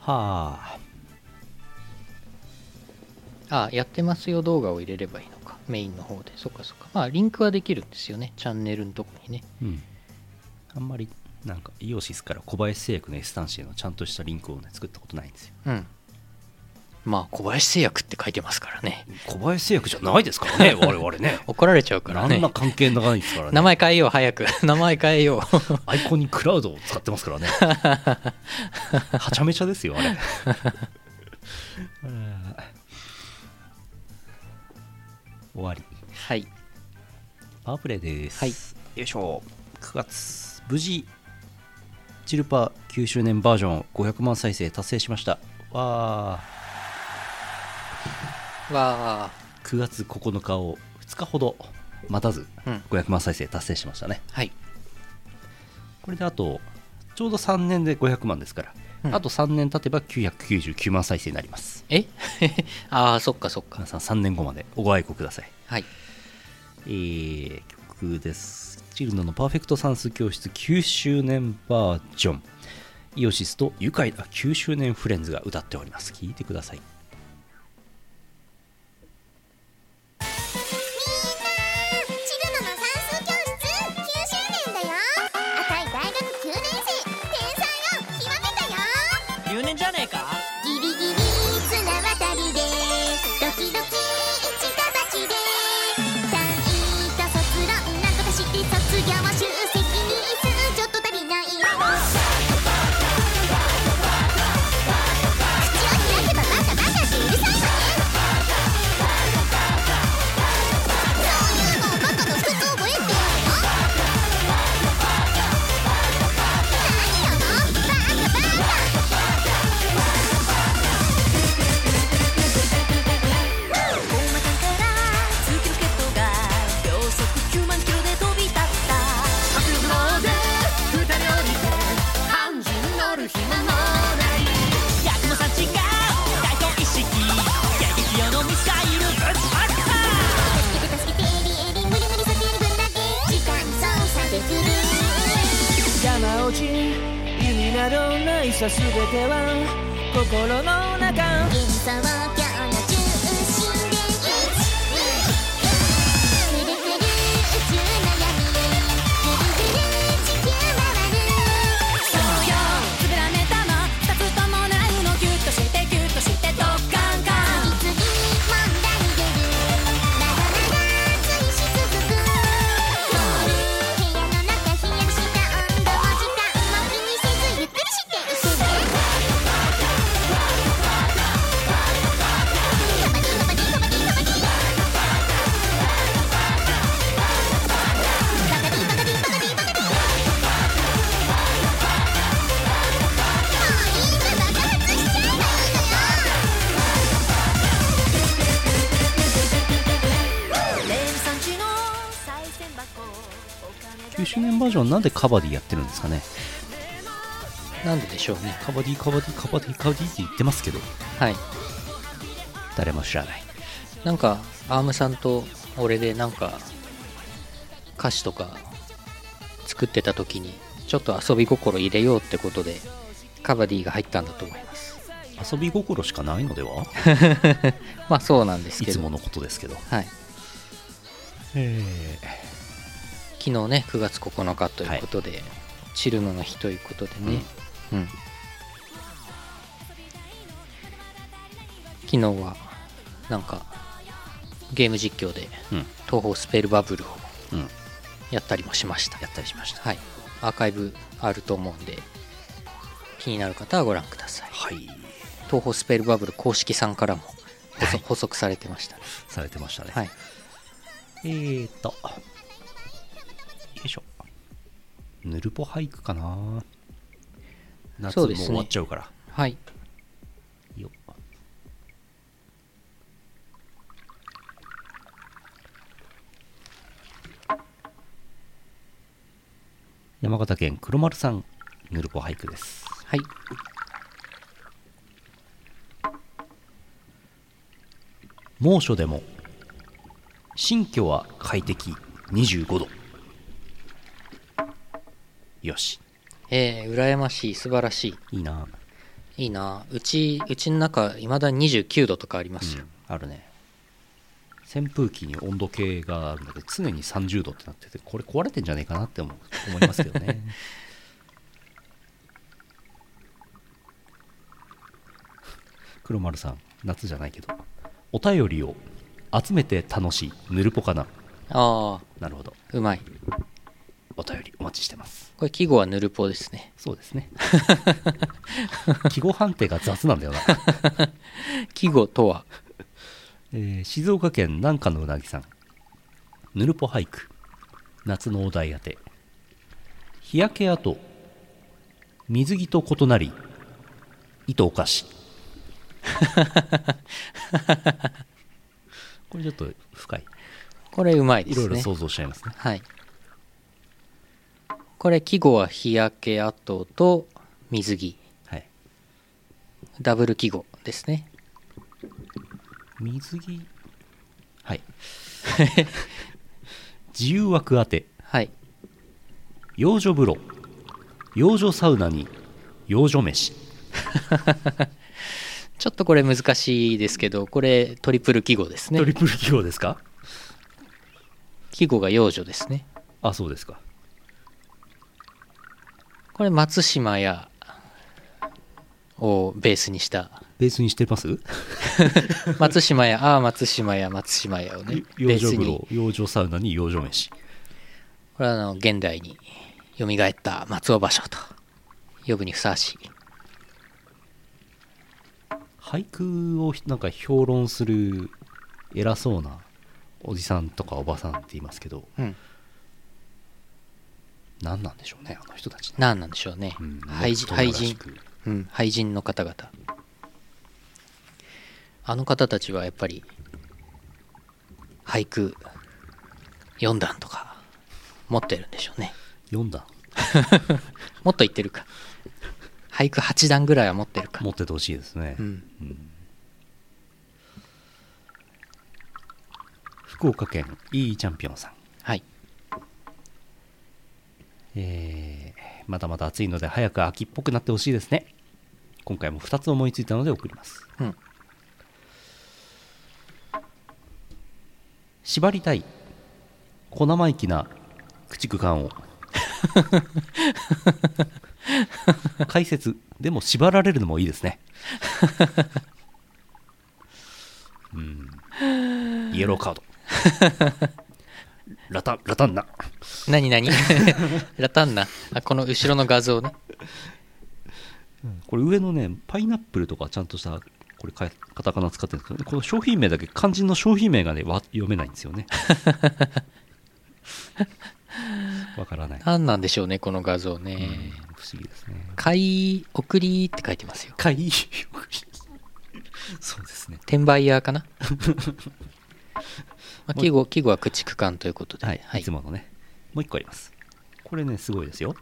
はあ
あやってますよ動画を入れればいいのかメインの方でそっかそっかまあリンクはできるんですよねチャンネルのとこにね
うんあんまりなんかイオシスから小林製薬の S 端子へのちゃんとしたリンクをね作ったことないんですよ
うんまあ小林製薬って書いてますからね
小林製薬じゃないですからね我々 ね
怒られちゃうから
何
ね
ら関係ないですからね
名前変えよう早く 名前変えよう
アイコンにクラウドを使ってます からねはちゃめちゃですよあれうん 終わり
はい
パワープレイです、
はい
よいしょ9月無事チルパ9周年バージョン500万再生達成しましたわあ
わ
9月9日を2日ほど待たず
あうん
500万再生達成しましたね
はい
これであとちょうど3年で500万ですから、
うん
あと3年経てば999万再生になります
え ああそっかそっか
皆さん3年後までご愛顧ください
はい
えー、曲ですチルノのパーフェクト算数教室9周年バージョンイオシスと愉快だ9周年フレンズが歌っております聴いてください
みんなチルノの算数教室9周年だよ赤い大学9年生天才を極めたよ
留年じゃねえか
ギリギリ綱渡りでドキドキ一か八で単位と卒論なんとかして卒業集積日数ちょっと足りない口を開けばバカバカってうるさいわねそういうのをバカの普通覚えって言うのよ何なのバカバカ
大股から月ロケットが秒速9万キロで飛び立った白秒で二人降りて半人乗る暇もない役もさ違う大統一式迎撃用のミサイルぶちまった
助けて助けてエリエリ無理無理させる分だけ時間操作できる
山落ちに意味などないさ全ては心の中
幻想郷の中心で1 2 3ぐるぐる宇宙の闇ぐるぐる地球回る
そうよつぶらねたま二つともないのギュッとしてギュッとしてドッカン
次々問題出るまだまだ追し続く
カン
部屋の中冷やした温度も時間も気にせずゆっくりしてるカバディカバディカバディカバディバカディバカディバカディバカディもう今爆発しちゃえばいいのよ
レール産地の再銭箱お
9
金
周年バージョンなんでカバディやってるんですかね
なんででしょうね
カバディカバディカバディカバディって言ってますけど
はい
誰も知らない
なんかアームさんと俺でなんか歌詞とか作ってた時にちょっと遊び心入れようってことでカバディが入ったんだと思います
遊び心しかないのでは
まあそうなんです
い
けど
つものことですけど
はい、昨日ね9月9日ということで、チルノの日ということでね、うん昨日はなんかゲーム実況で
うん
東宝スペルバブルを
うん
やったりもしました
やったりしました
はい、アーカイブあると思うんで気になる方はご覧ください
はい
東宝スペルバブル公式さんからも補足補足されてましたね
されてましたね、
はい
えーとよいしょぬるぽ俳句かな夏
そ
も
う
う
ですね
終わっちゃうから
はい
よっ山形県黒丸さんぬるぽ俳句です
はい
猛暑でも新居は快適25度よし
えー、羨ましい素晴らし
いいな、
いいいなうちうちの中いまだに29度とかありますよ、
あるね扇風機に温度計があるんだけど常に30度ってなっててこれ壊れてんじゃねえかなって思う思いますけどね黒丸さん夏じゃないけどお便りを集めて楽しいぬるぽかな
あ
なるほど
あうまい
お便りお待ちしてます
これ季語はヌルポですね
そうですね 季語判定が雑なんだよな、
季語とは
えー静岡県南下のうなぎさんぬるぽ俳句夏のお題当て日焼け跡水着と異なり糸おかし これちょっと深い
これうまいで
い
す
ろ
ね
いろ想像しちゃいますね
はいこれ季語は日焼け跡と水着
はい
ダブル季語ですね
水着はい 自由枠当て
はい
養女風呂養女サウナに養女飯
ちょっとこれ難しいですけどこれトリプル季語ですね
トリプル記号ですか
季語が幼女ですね
あそうですか
これ松島屋をベースに した
ベースにしてます
松島屋ああ松島屋松島屋をねベ ー
養女
ス
風
に
呂養女サウナに養女飯
これはあの現代に蘇った松尾芭蕉と呼ぶにふさわしい
俳句をなんか評論する偉そうなおじさんとかおばさんって言いますけど
うん
何なんでしょうねあの人たちね、
何なんでしょうね
うん
廃人
友
廃
達
人
く
うん、俳人の方々あの方たちはやっぱり俳句4段とか持ってるんでしょう ね
読んだ
もっと言ってるか俳句8段ぐらいは持ってるか
持っててほしいですね、
うん
福岡県いいチャンピオンさん
はい
えーまだまだ暑いので早く秋っぽくなってほしいですね今回も2つ思いついたので送ります
うん
縛りたい小生意気な駆逐艦を解説でも縛られるのもいいですねうんイエローカードラタンラタンナ
何 何ラタンナあこの後ろの画像ね
これ上のねパイナップルとかちゃんとしたこれかカタカナ使ってるんですけど、ね、この商品名だけ肝心の商品名がねわ読めないんですよねわからない、
何なんでしょうねこの画像ね
うん不思議ですね
「買い送り」って書いてますよ
買いそうですね
転売屋か な、まあ、季語季語は駆逐艦ということで、
はい、い、つものねもう一個ありますこれねすごいですよ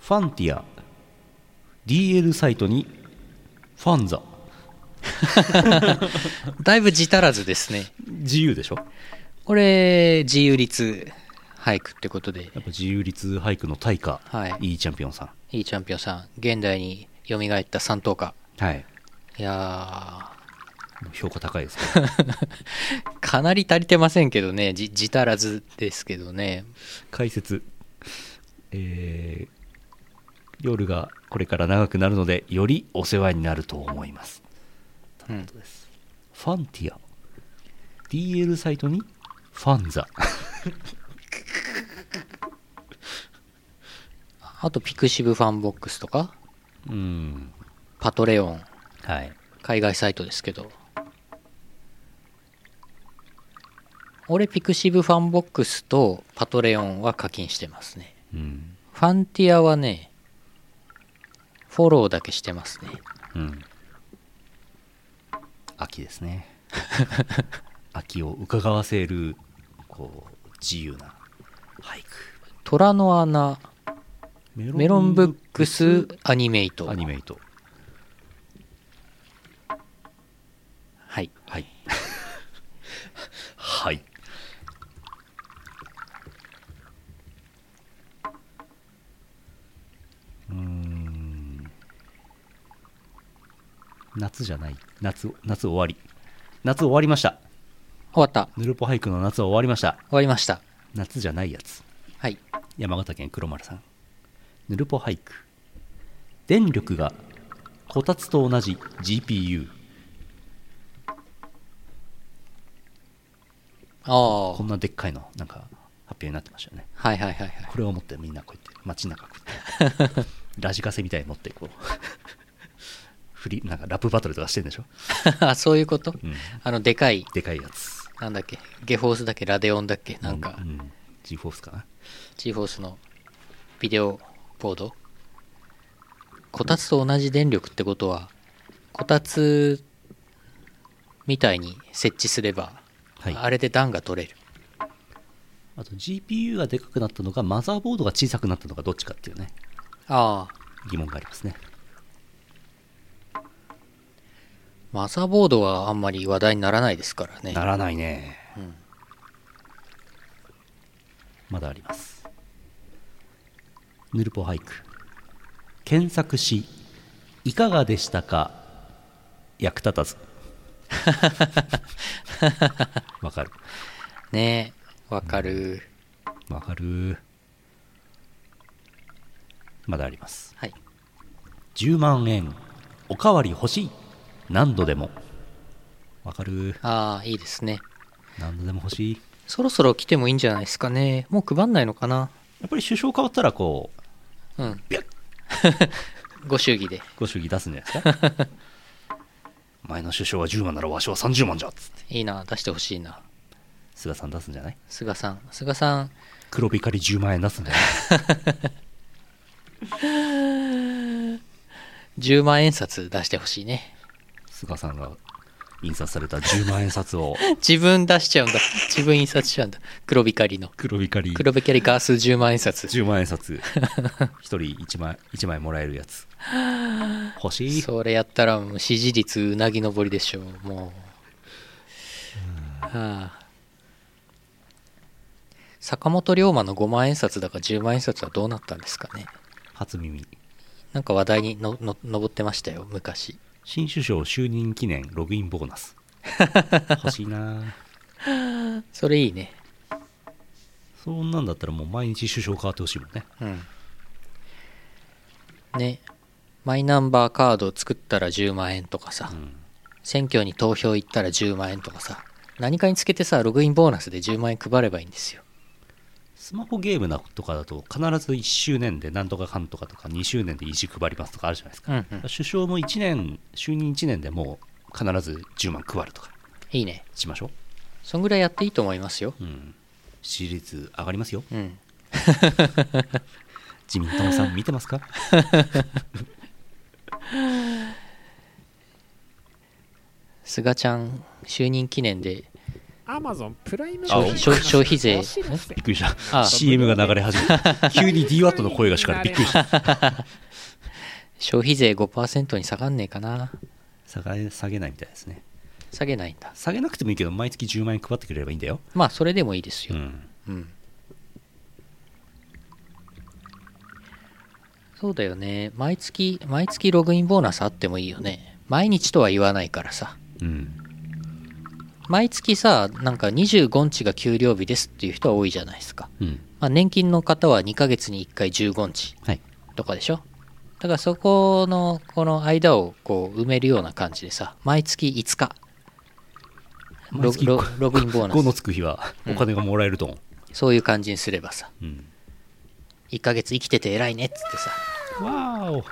ファンティア DL サイトにファンザ
だいぶ自足らずですね
自由でしょ
これ自由律俳句ってことで
やっぱ自由律俳句の大家、
はい
いいチャンピオンさん
いいチャンピオンさん現代に蘇った三等家
はい
い や
評価高いです けど
ーかなり足りてませんけどねじ自足らずですけどね
解説えー夜がこれから長くなるのでよりお世話になると思います
う
というんことですファンティア DL サイトにファンザ
あとピクシブファンボックスとか
うん
パトレオン
はい
海外サイトですけど俺ピクシブファンボックスとパトレオンは課金してますね
うん
ファンティアはねフォローだけしてますね
うん秋ですね 秋をうかがわせるこう自由な俳句
虎の穴メロンブックスアニメイト
アニメイト
はい
はいはいうーん夏じゃない夏夏終わり夏終わりました
終わった
ヌルポ俳句の夏は終わりました
終わりました
夏じゃないやつ
はい
山形県黒丸さんぬるぽ俳句電力がこたつと同じ GPU
ああ
こんなでっかいのなんか発表になってましたよね
はいはいはいはい
これを持ってみんなこうやって街中こう やってラジカセみたいに持ってこう フリなんかラップバトルとかしてんでしょ、
あそういう こと、
うん、
あのでかい
でかいやつ
なんだっけゲフォースだっけラデオンだっけなんか、
うう G フォースかな
ジーフォースのビデオボードこたつと同じ電力ってことはこたつみたいに設置すれば、
はい
あれで暖が取れる
あと GPU がでかくなったのかマザーボードが小さくなったのかどっちかっていうね
ああ
疑問がありますね
マザーボードはあんまり話題にならないですからね
ならないね、
ん
まだありますぬるぽ俳句検索しいかがでしたか役立たずわかる
ねえわかる、
わかるまだあります
はい
10万円おかわり欲しい何度でもわかる
ああいいですね
何度でも欲しい
そろそろ来てもいいんじゃないですかねもう配んないのかな
やっぱり首相変わったらこう
うん
ビュッ
ご祝儀で
ご祝儀出すんじゃないですか 前の首相は10万ならわしは30万じゃっつって
いいな出してほしいな
菅さん出すんじゃない
菅さん菅さん
黒光り10万円出すんじゃない
10万円札出してほしいね
菅さんが印刷された10万円札を
自分出しちゃうんだ自分印刷しちゃうんだ黒光りの
黒光り
黒光りガース10万円 札
10万円札一人1枚 ,1 枚もらえるやつ欲しい
それやったらもう支持率うなぎ登りでしょうもう、はあ、坂本龍馬の5万円札だか10万円札はどうなったんですかね
初耳
なんか話題にのの上ってましたよ昔
新首相就任記念ログインボーナ ス欲しいな
それいいね
そんなんだったらもう毎日首相変わってほしいもんね
うんねマイナンバーカード作ったら10万円とかさ、
ん
選挙に投票行ったら10万円とかさ何かにつけてさログインボーナスで10万円配ればいいんですよ
スマホゲームなとかだと必ず1周年でなんとかかんとかとか2周年で石配りますとかあるじゃないですか、
うんうん
首相も1年就任1年でもう必ず10万配るとか
いいね
しましょ
そんぐらいやっていいと思いますよ
う、うん、支持率上がりますよ
うん
自民党さん見てますか
菅ちゃん就任記念で
アマゾンプライム
消費消費消費税ん
びっくりし
あ
た CM が流れ始めた急に DWAT の声がしからびっく りした
消費税5%に下がんねえかな
下げ下げないみたいですね
下げないんだ
下げなくてもいいけど毎月10万円配ってくれればいいんだよ、
まあそれでもいいです
う
よ、
ん、
うんそうだよね毎月毎月ログインボーナスあってもいいよね毎日とは言わないからさ
うん、
毎月さなんか25日が給料日ですっていう人は多いじゃないですか、
うん、
まあ、年金の方は2ヶ月に1回15日
はい
とかでしょだからそこのこの間をこう埋めるような感じでさ毎月5日ロ
毎月
ロログインボーナス
5のつく日はお金がもらえると思う、
そういう感じにすればさ
うん
1ヶ月生きてて偉いねっつってさ
わーお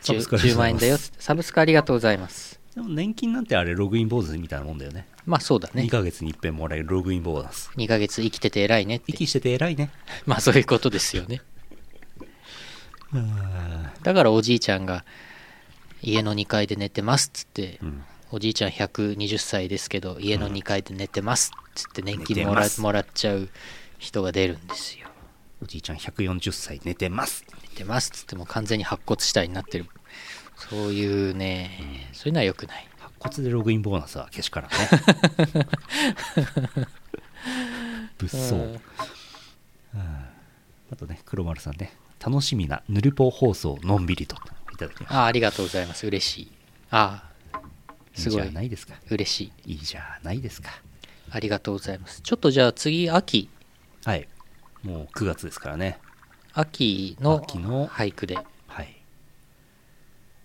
サブス
10,
クありがとうござい
万
ます
円だよっつってサブスクありがとうございます
でも年金なんてあれログインボーナスみたいなもんだよね
まあそうだ
2
ね
ヶ月に一遍もらえるログインボーナス
2ヶ月生きてて偉いねって
息してて偉いね
まあそういうことですよねだからおじいちゃんが家の2階で寝てますっつって、
ん
おじいちゃん120歳ですけど家の2階で寝てますっつって年
寝
金
て
もら
ます
もらっちゃう人が出るんですよ
おじいちゃん140歳寝てます
寝てますっつっても完全に白骨死体になってるそういうね、そういうのは良くない
白骨でログインボーナスはけし からね物騒、うん、あとね黒丸さんね楽しみなぬるぽ放送のんびりといただきました
あありがとうございます嬉しいああすご
いいじゃないいですか
嬉しい
いいじゃないですか
ありがとうございますちょっとじゃあ次秋
はいもう9月ですからね
秋の
秋の
俳句で
はい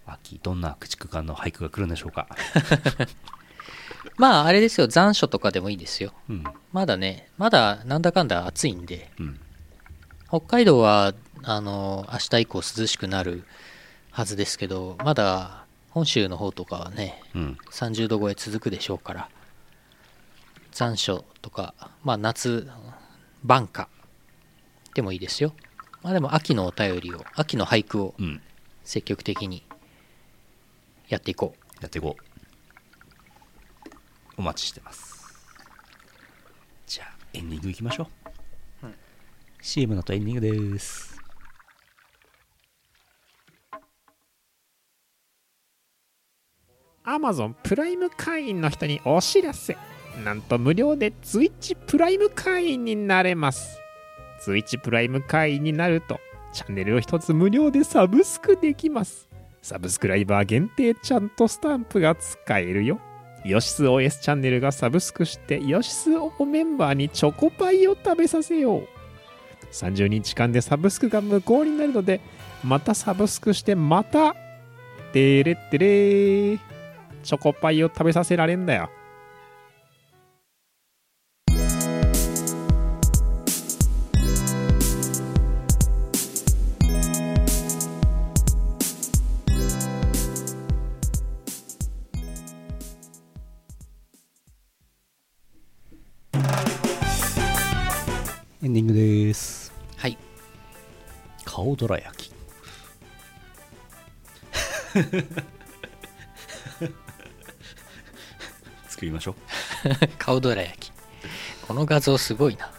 秋どんな駆逐艦の俳句が来るんでしょうか
まああれですよ残暑とかでもいいですよ
うん
まだねまだなんだかんだ暑いんで
うん
北海道はあの明日以降涼しくなるはずですけどまだ本州の方とかはね
うん
30度超え続くでしょうから残暑とか、まあ、夏晩夏でもいいですよ、まあ、でも秋のお便りを秋の俳句を
うん
積極的にやっていこう
やっていこうお待ちしてますじゃあエンディングいきましょう、CM のとエンディングです
アマゾンプライム会員の人にお知らせなんと無料で Twitch プライム会員になれます Twitch プライム会員になるとチャンネルを一つ無料でサブスクできますサブスクライバー限定ちゃんとスタンプが使えるよヨシス OS チャンネルがサブスクしてヨシスオメンバーにチョコパイを食べさせよう30日間でサブスクが無効になるのでまたサブスクしてまたてれってれーチョコパイを食べさせられんだよ
エンディングです
はい
顔どら焼 き作りましょう
顔どら焼きこの画像すごいな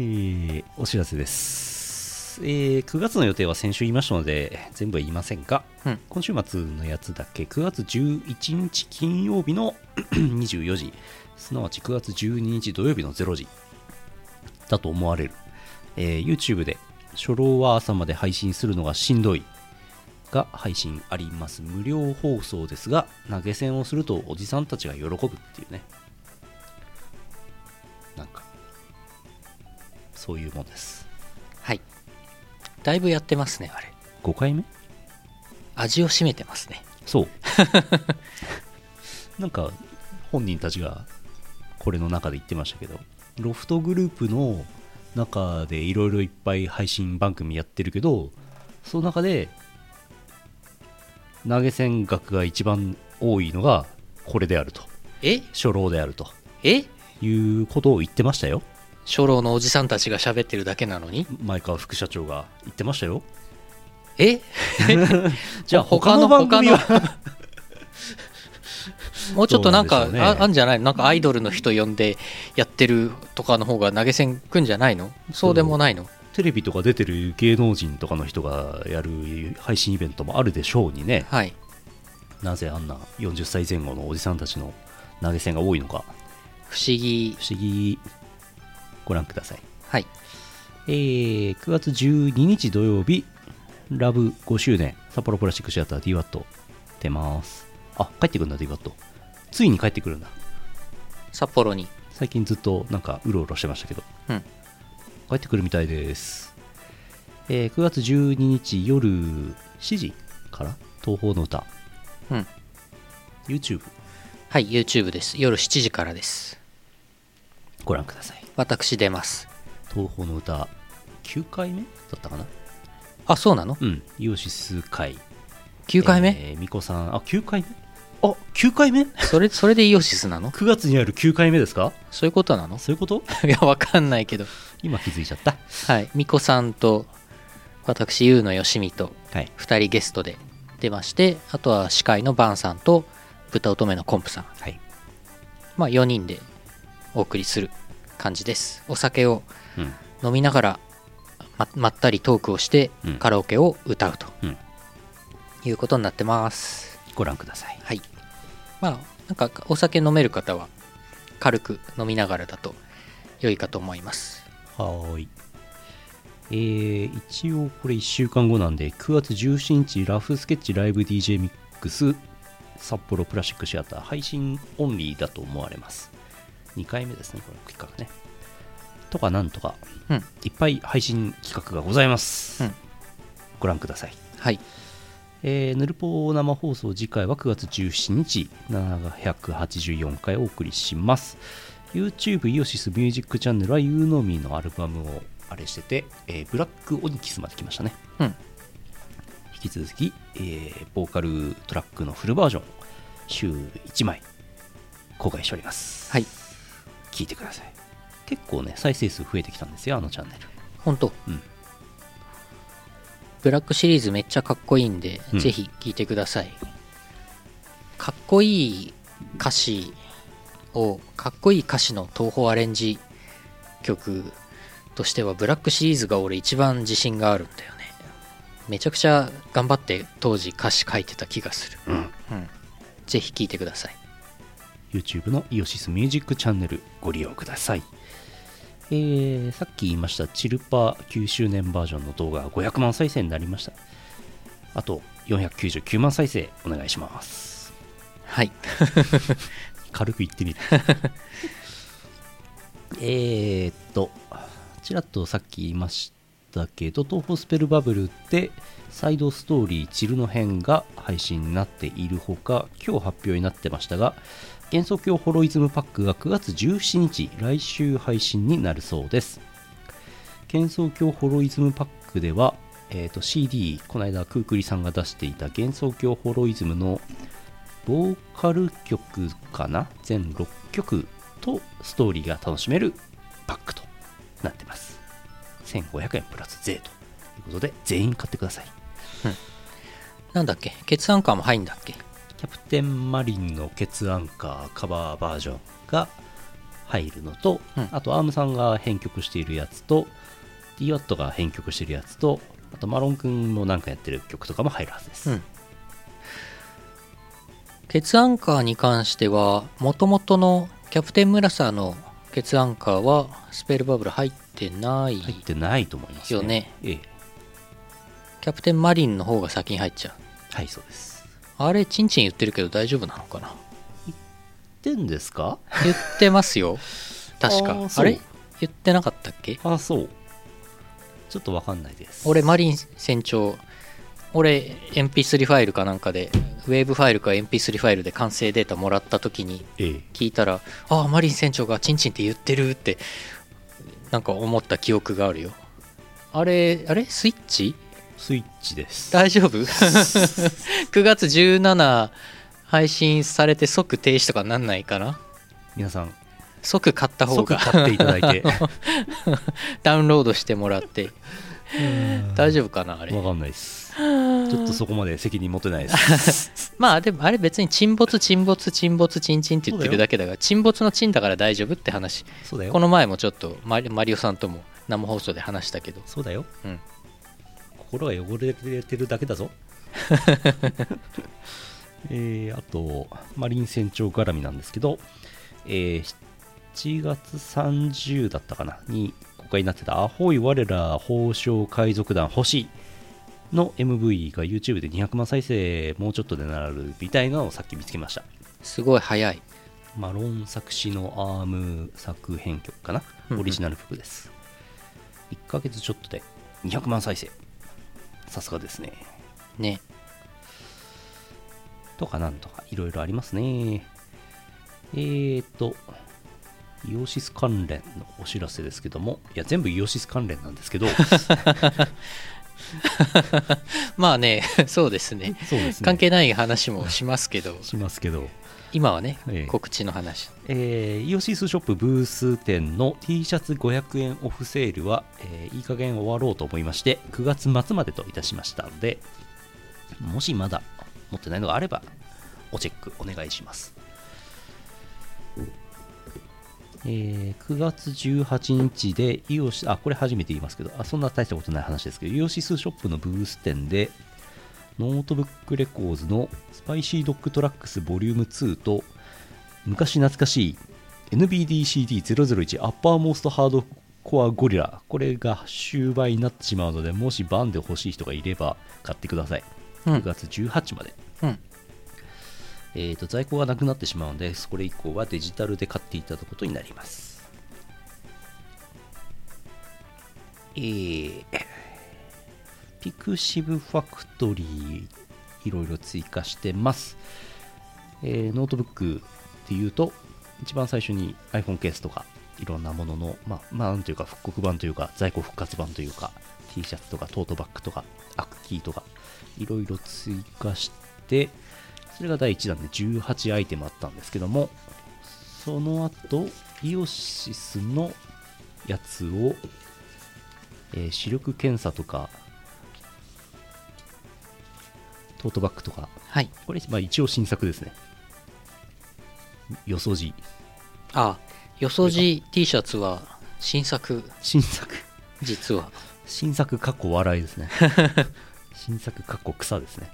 えーお知らせです、えー9月の予定は先週言いましたので全部は言いませんが、
うん
今週末のやつだけ9月11日金曜日の 24時すなわち9月12日土曜日の0時だと思われる、えー YouTube で初老は朝まで配信するのがしんどいが配信あります無料放送ですが投げ銭をするとおじさんたちが喜ぶっていうねなんかそういうもんです
はいだいぶやってますねあれ
5回目
味を占めてますね
そう なんか本人たちがこれの中で言ってましたけどロフトグループの中でいろいろいっぱい配信番組やってるけどその中で投げ銭額が一番多いのがこれであると
え
初老であると
え
いうことを言ってましたよ
初老のおじさんたちが喋ってるだけなのに
前川副社長が言ってましたよ
え
じゃあ
他
他
の
の番組は
他もうちょっとなんか
どうなんでしょう
あ
ね
あんじゃないのなんかアイドルの人呼んでやってるとかの方が投げ銭くんじゃないのそうでもないの
テレビとか出てる芸能人とかの人がやる配信イベントもあるでしょうにね、
はい
なぜあんな40歳前後のおじさんたちの投げ銭が多いのか、
不思議
不思議、ご覧ください。
はい
えー9月12日土曜日、ラブ5周年、札幌プラスチックシアター DWAT 出ます。あ、帰ってくるんだ DWAT。ついに帰ってくるんだ。
札幌に
最近ずっとなんかうろうろしてましたけど、
うん
帰ってくるみたいです、えー9月12日夜7時から東宝の歌
うん
YouTube
はい YouTube です夜7時からです
ご覧ください
私出ます
東宝の歌9回目だったかな
あそうなの
うんイオシス会
9回目、
えー、みこさんあ9回目あ9回目
それそ れでイオシスなの
?9 月にある9回目ですか
そういうことなの
そういうこと
いやわかんないけど
今気づいちゃった
はい巫女さんと私優のよしみと
はい
2人ゲストで出ましてあとは司会のバンさんと豚乙女のコンプさん
はい
まあ4人でお送りする感じですお酒を
うん
飲みながらままったりトークをして
うん
カラオケを歌うと、
うん
いうことになってます
ご覧ください
はいまあなんかお酒飲める方は軽く飲みながらだと良いかと思います
はーい。えー一応これ1週間後なんで、9月17日、ラフスケッチライブ DJ ミックス、札幌プラスチックシアター、配信オンリーだと思われます。2回目ですね、この企画ね。とかなんとか、
うん
いっぱい配信企画がございます。
うん
ご覧ください。
はい
えーヌルポ生放送次回は9月17日784回お送りします YouTube イオシスミュージックチャンネルはユーノミーのアルバムをあれしてて、えーブラックオニキスまで来ましたね
うん
引き続き、えーボーカルトラックのフルバージョン週1枚公開しております
はい
聞いてください結構ね再生数増えてきたんですよあのチャンネル
本当、
うん
ブラックシリーズめっちゃかっこいいんで、
うん
ぜひ聴いてくださいかっこいい歌詞をかっこいい歌詞の東宝アレンジ曲としてはブラックシリーズが俺一番自信があるんだよねめちゃくちゃ頑張って当時歌詞書いてた気がする、うんぜひ聴いてください
YouTube のイオシスミュージックチャンネルご利用ください。えーさっき言いました、チルパ9周年バージョンの動画が500万再生になりました。あと499万再生お願いします。
はい
軽く言ってみる。えーっと、ちらっとさっき言いましたけど、東宝スペルバブルってサイドストーリーチルの編が配信になっているほか、今日発表になってましたが、幻想郷ホロイズムパックが9月17日、来週配信になるそうです。幻想郷ホロイズムパックでは、えーと CD、この間クークリさんが出していた幻想郷ホロイズムのボーカル曲かな全6曲とストーリーが楽しめるパックとなってます1500円プラス税ということで全員買ってください
なんだっけ決案感も入んだっけ
キャプテンマリンのケツアンカーカバーバージョンが入るのと、
うん
あとアームさんが編曲しているやつと DWAT が編曲しているやつとあとマロンくんもなんかやってる曲とかも入るはずです、
うんケツアンカーに関してはもともとのキャプテンムラサーのケツアンカーはスペルバブル入ってない、
入ってないと思いますね
よね
ええ
キャプテンマリンの方が先に入っちゃう
はいそうです
あれチンチン言ってるけど大丈夫なのかな
言ってんですか
言ってますよ確
あ
か
ー
あ
そう
れ言ってなかったっけ
あそうちょっとわかんないです
俺マリン船長俺 MP3 ファイルかなんかでウェーブファイルか MP3 ファイルで完成データもらった時に
ええ
聞いたら「ああマリン船長がチンチンって言ってる」ってなんか思った記憶があるよあれあれスイッチ
スイッチです
大丈夫 9月17配信されて即停止とかなんないかな
皆さん
即買った方
即
が
買っていただいて
ダウンロードしてもらって大丈夫かなあれ
わかんないですちょっとそこまで責任持てないです
まあでもあれ別に沈没沈没沈没チンチンって言ってるだけだから沈没のチンだから大丈夫って話
そうだよ
この前もちょっとマリマリオさんとも生放送で話したけど
そうだよ、
うん
心が汚れてるだけ だぞえーあとマリン船長絡みなんですけど、えー7月30だったかなに公開になってた「アホイ我ら宝生海賊団星」の MV が YouTube で200万再生もうちょっとでなるみたいなのをさっき見つけました
すごい早い
マロン作詞のアーム作編曲かな、
うんうん
オリジナル曲です1ヶ月ちょっとで200万再生さすがですね
ね
とかなんとかいろいろありますねえーとイオシス関連のお知らせですけどもいや全部イオシス関連なんですけどそ
まあね そうですね
うですね
関係ない話もしますけど
しますけど
今はね、
ええ
告知の話
えーイオシスショップブース店の T シャツ500円オフセールは、えーいい加減終わろうと思いまして9月末までといたしましたのでもしまだ持ってないのがあればおチェックお願いしますえー9月18日でイオシあこれ初めて言いますけどあそんな大したことない話ですけどイオシスショップのブース店でノートブックレコーズのスパイシードッグトラックスボリューム2と昔懐かしい NBDCD001 アッパーモーストハードコアゴリラこれが終売になってしまうのでもしバンで欲しい人がいれば買ってください
うん
9月18まで、
うん
えー、と在庫がなくなってしまうのでこれ以降はデジタルで買っていただくことになりますえー、ピクシブファクトリーいろいろ追加してます、えーノートブックっていうと一番最初に iPhone ケースとかいろんなもののまあまあなんというか復刻版というか在庫復活版というか T シャツとかトートバッグとかアクキーとかいろいろ追加してそれが第1弾で18アイテムあったんですけどもその後イオシスのやつを、えー視力検査とかトートバッグとか
はい
これ、まあ、一応新作ですねよそじ
あよそじ T シャツは新作
新作
実は
新作過去笑いです ね新作過去草ですね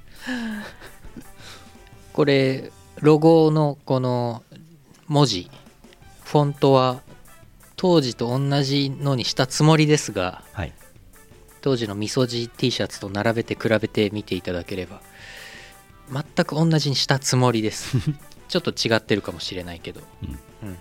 これロゴのこの文字フォントは当時と同じのにしたつもりですが
はい
当時のみそじ T シャツと並べて比べてみていただければ全く同じにしたつもりです ちょっと違ってるかもしれないけど、
うん
うん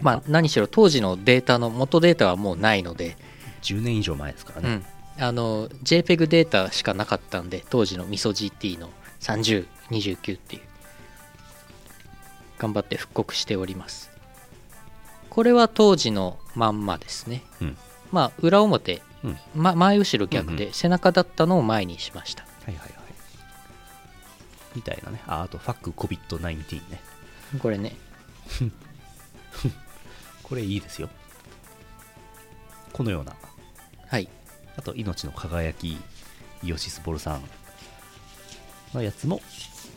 まあ何しろ当時のデータの元データはもうないので、
10年以上前ですから
う
ね、
ん、あの JPEG データしかなかったんで当時のみそ GT の3029っていう頑張って復刻しておりますこれは当時のまんまですね、
うん
まあ裏表、
うん
ま、前後ろ逆で、
うん
背中だったのを前にしました
はいはいはいみたいなねああとファック COVID-19 ね
これね
これいいですよこのような
はい
あと命の輝きイオシスボルさんのやつも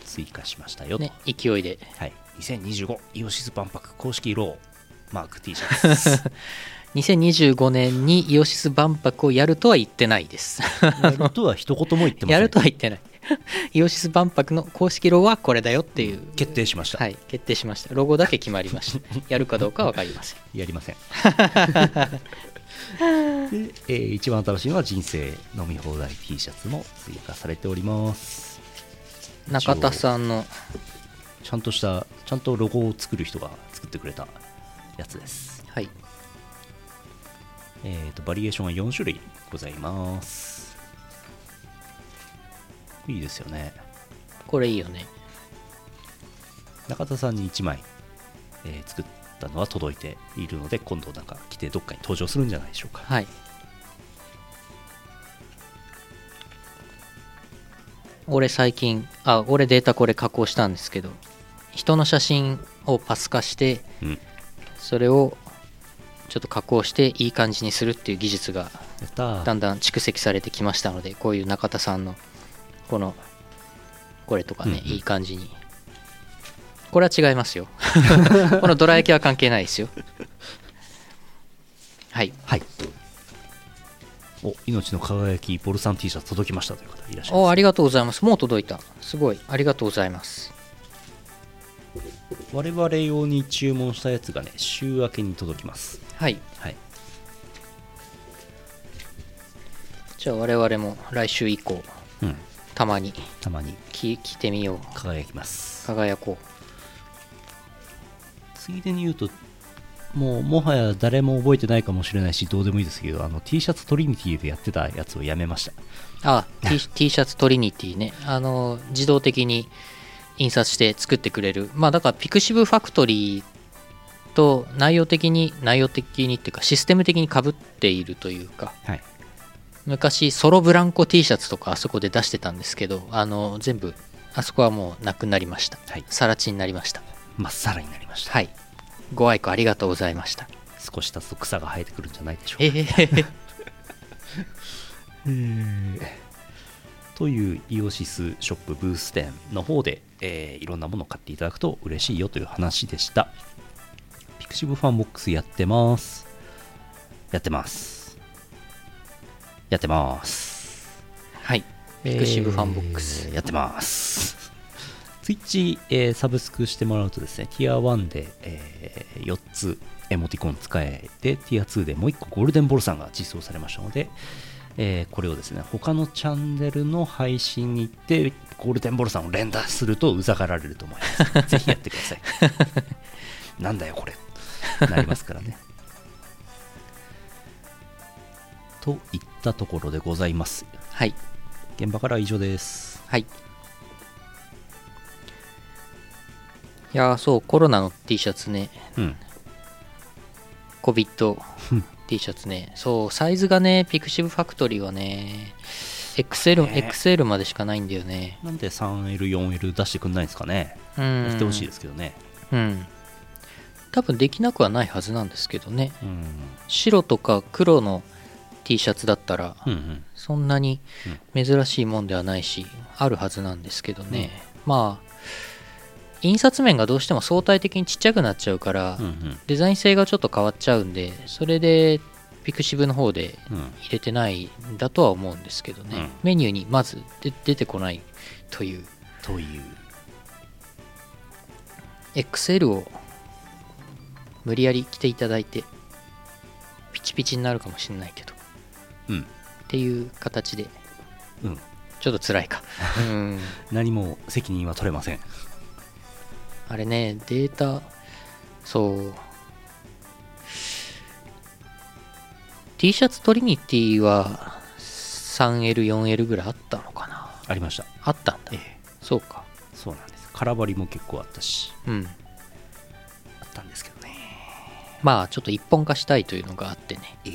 追加しましたよと、
ね勢いで
はい、2025イオシス万博公式ローマーク T シャ ツ
2025年にイオシス万博をやるとは言ってない です
やるとは一言も言ってません
やるとは言ってない イオシス万博の公式ロゴはこれだよっていう
決定しました、
はい、決定しました。ロゴだけ決まりま した。やるかどうかは分かりません。
やりませんで、えー一番新しいのは人生飲み放題 T シャツも追加されております
中田さんの、
ちゃんとしたちゃんとロゴを作る人が作ってくれたやつです
はい、
えー、とバリエーションは4種類ございますいいですよね
これいいよね。
中田さんに1枚、えー作ったのは届いているので今度なんか来てどっかに登場するんじゃないでしょうか
はい。俺最近、あ、俺データこれ加工したんですけど、人の写真をパス化して、
うんや
それをちょっと加工していい感じにするっていう技術が
った
だ
ー
んだん蓄積されてきましたのでこういう中田さんのこのこれとかね、
うんうん
いい感じにこれは違いますよ このどら焼きは関係ないですよはい
はいお命の輝きボルさん T シャツ届きましたという方いらっしゃい
お
ま
ありがとうございますもう届いたすごいありがとうございます
す我々用に注文したやつがね週明けに届きます
はい
はい
じゃあ我々も来週以降
うん
たまに
たまに
き着てみよう
輝きます
輝こ
ついでに言うともうもはや誰も覚えてないかもしれないしどうでもいいですけどあの T シャツトリニティでやってたやつをやめました
うあ T, T シャツトリニティねあの自動的に印刷して作ってくれるまあだからピクシブファクトリーと内容的に内容的にっていうかシステム的にかぶっているというか
はい
昔ソロブランコ T シャツとかあそこで出してたんですけどあの全部あそこはもうなくなりました
はい
さら地になりました
まっさらになりました、
はいご愛顧ありがとうございました
少し経つと草が生えてくるんじゃないでしょうか
えー
というイオシスショップブース店の方で、えーいろんなものを買っていただくと嬉しいよという話でしたピピクシブファンボックスやってます。やってます。やってます。
はいピクシブファンボックス、
えーやってます。ツイッチ、えーサブスクしてもらうとですね、ティア1で、え4つエモティコン使えて、ティア2でもう1個ゴールデンボルさんが実装されましたので、えーこれをですね、他のチャンネルの配信に行って、ゴールデンボルさんを連打するとうざがられると思い ます。ぜひやってください。なんだよこれ。なりますから ね。といったところでございます。
はい
現場からは以上です。
はいいやーそうコロナの T シャツね
うん。
COVID
うん
T シャツねそうサイズがねピクシブファクトリーはね XL,、
ね
XL までしかないんだよね
なんで 3L、4L 出してくんないんですかね。
うん
やってほしいですけどね。
うん多分できなくはないはずなんですけどね
うん。
白とか黒の T シャツだったら
うんうん。
そんなに珍しいもんではないし、あるはずなんですけどね、まあ印刷面がどうしても相対的にちっちゃくなっちゃうから、
うんうん。
デザイン性がちょっと変わっちゃうんでそれでピクシブの方で
うん。
入れてないんだとは思うんですけどね、
うん
メニューにまずで出てこないという
という。
XL を無理やり着ていただいてピチピチになるかもしれないけどっ
うん。
ていう形で
うん。
ちょっと辛いか うん
何も責任は取れません。
あれねデータそう T シャツトリニティは 3L4L ぐらいあったのかな
ありました。
あったんだ
ええ。
そうか
そうなんです。空張りも結構あったし。
うん
あったんですけどね。
まあちょっと一本化したいというのがあってね
ええ。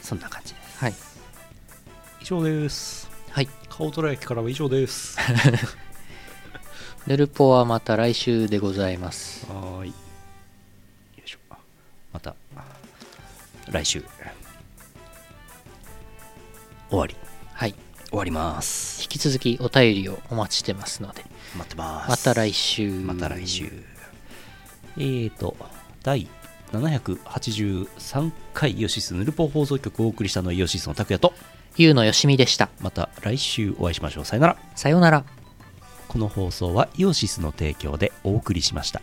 そんな感じです。
はい
以上です。
はい
顔とら焼きからは以 上です。は
ヌルポはまた来週でございます
ーい。よいしょ。また、来週。終わり。
はい
終わります。
引き続きお便りをお待ちしてますので
待ってます
また来週
また来週えーと第783回イオシスヌルポ放送局をお送りしたのはイオシスの拓也と
ゆうのよしみでした
また来週お会いしましょうさよなら
さようなら
この放送はイオシスの提供でお送りしました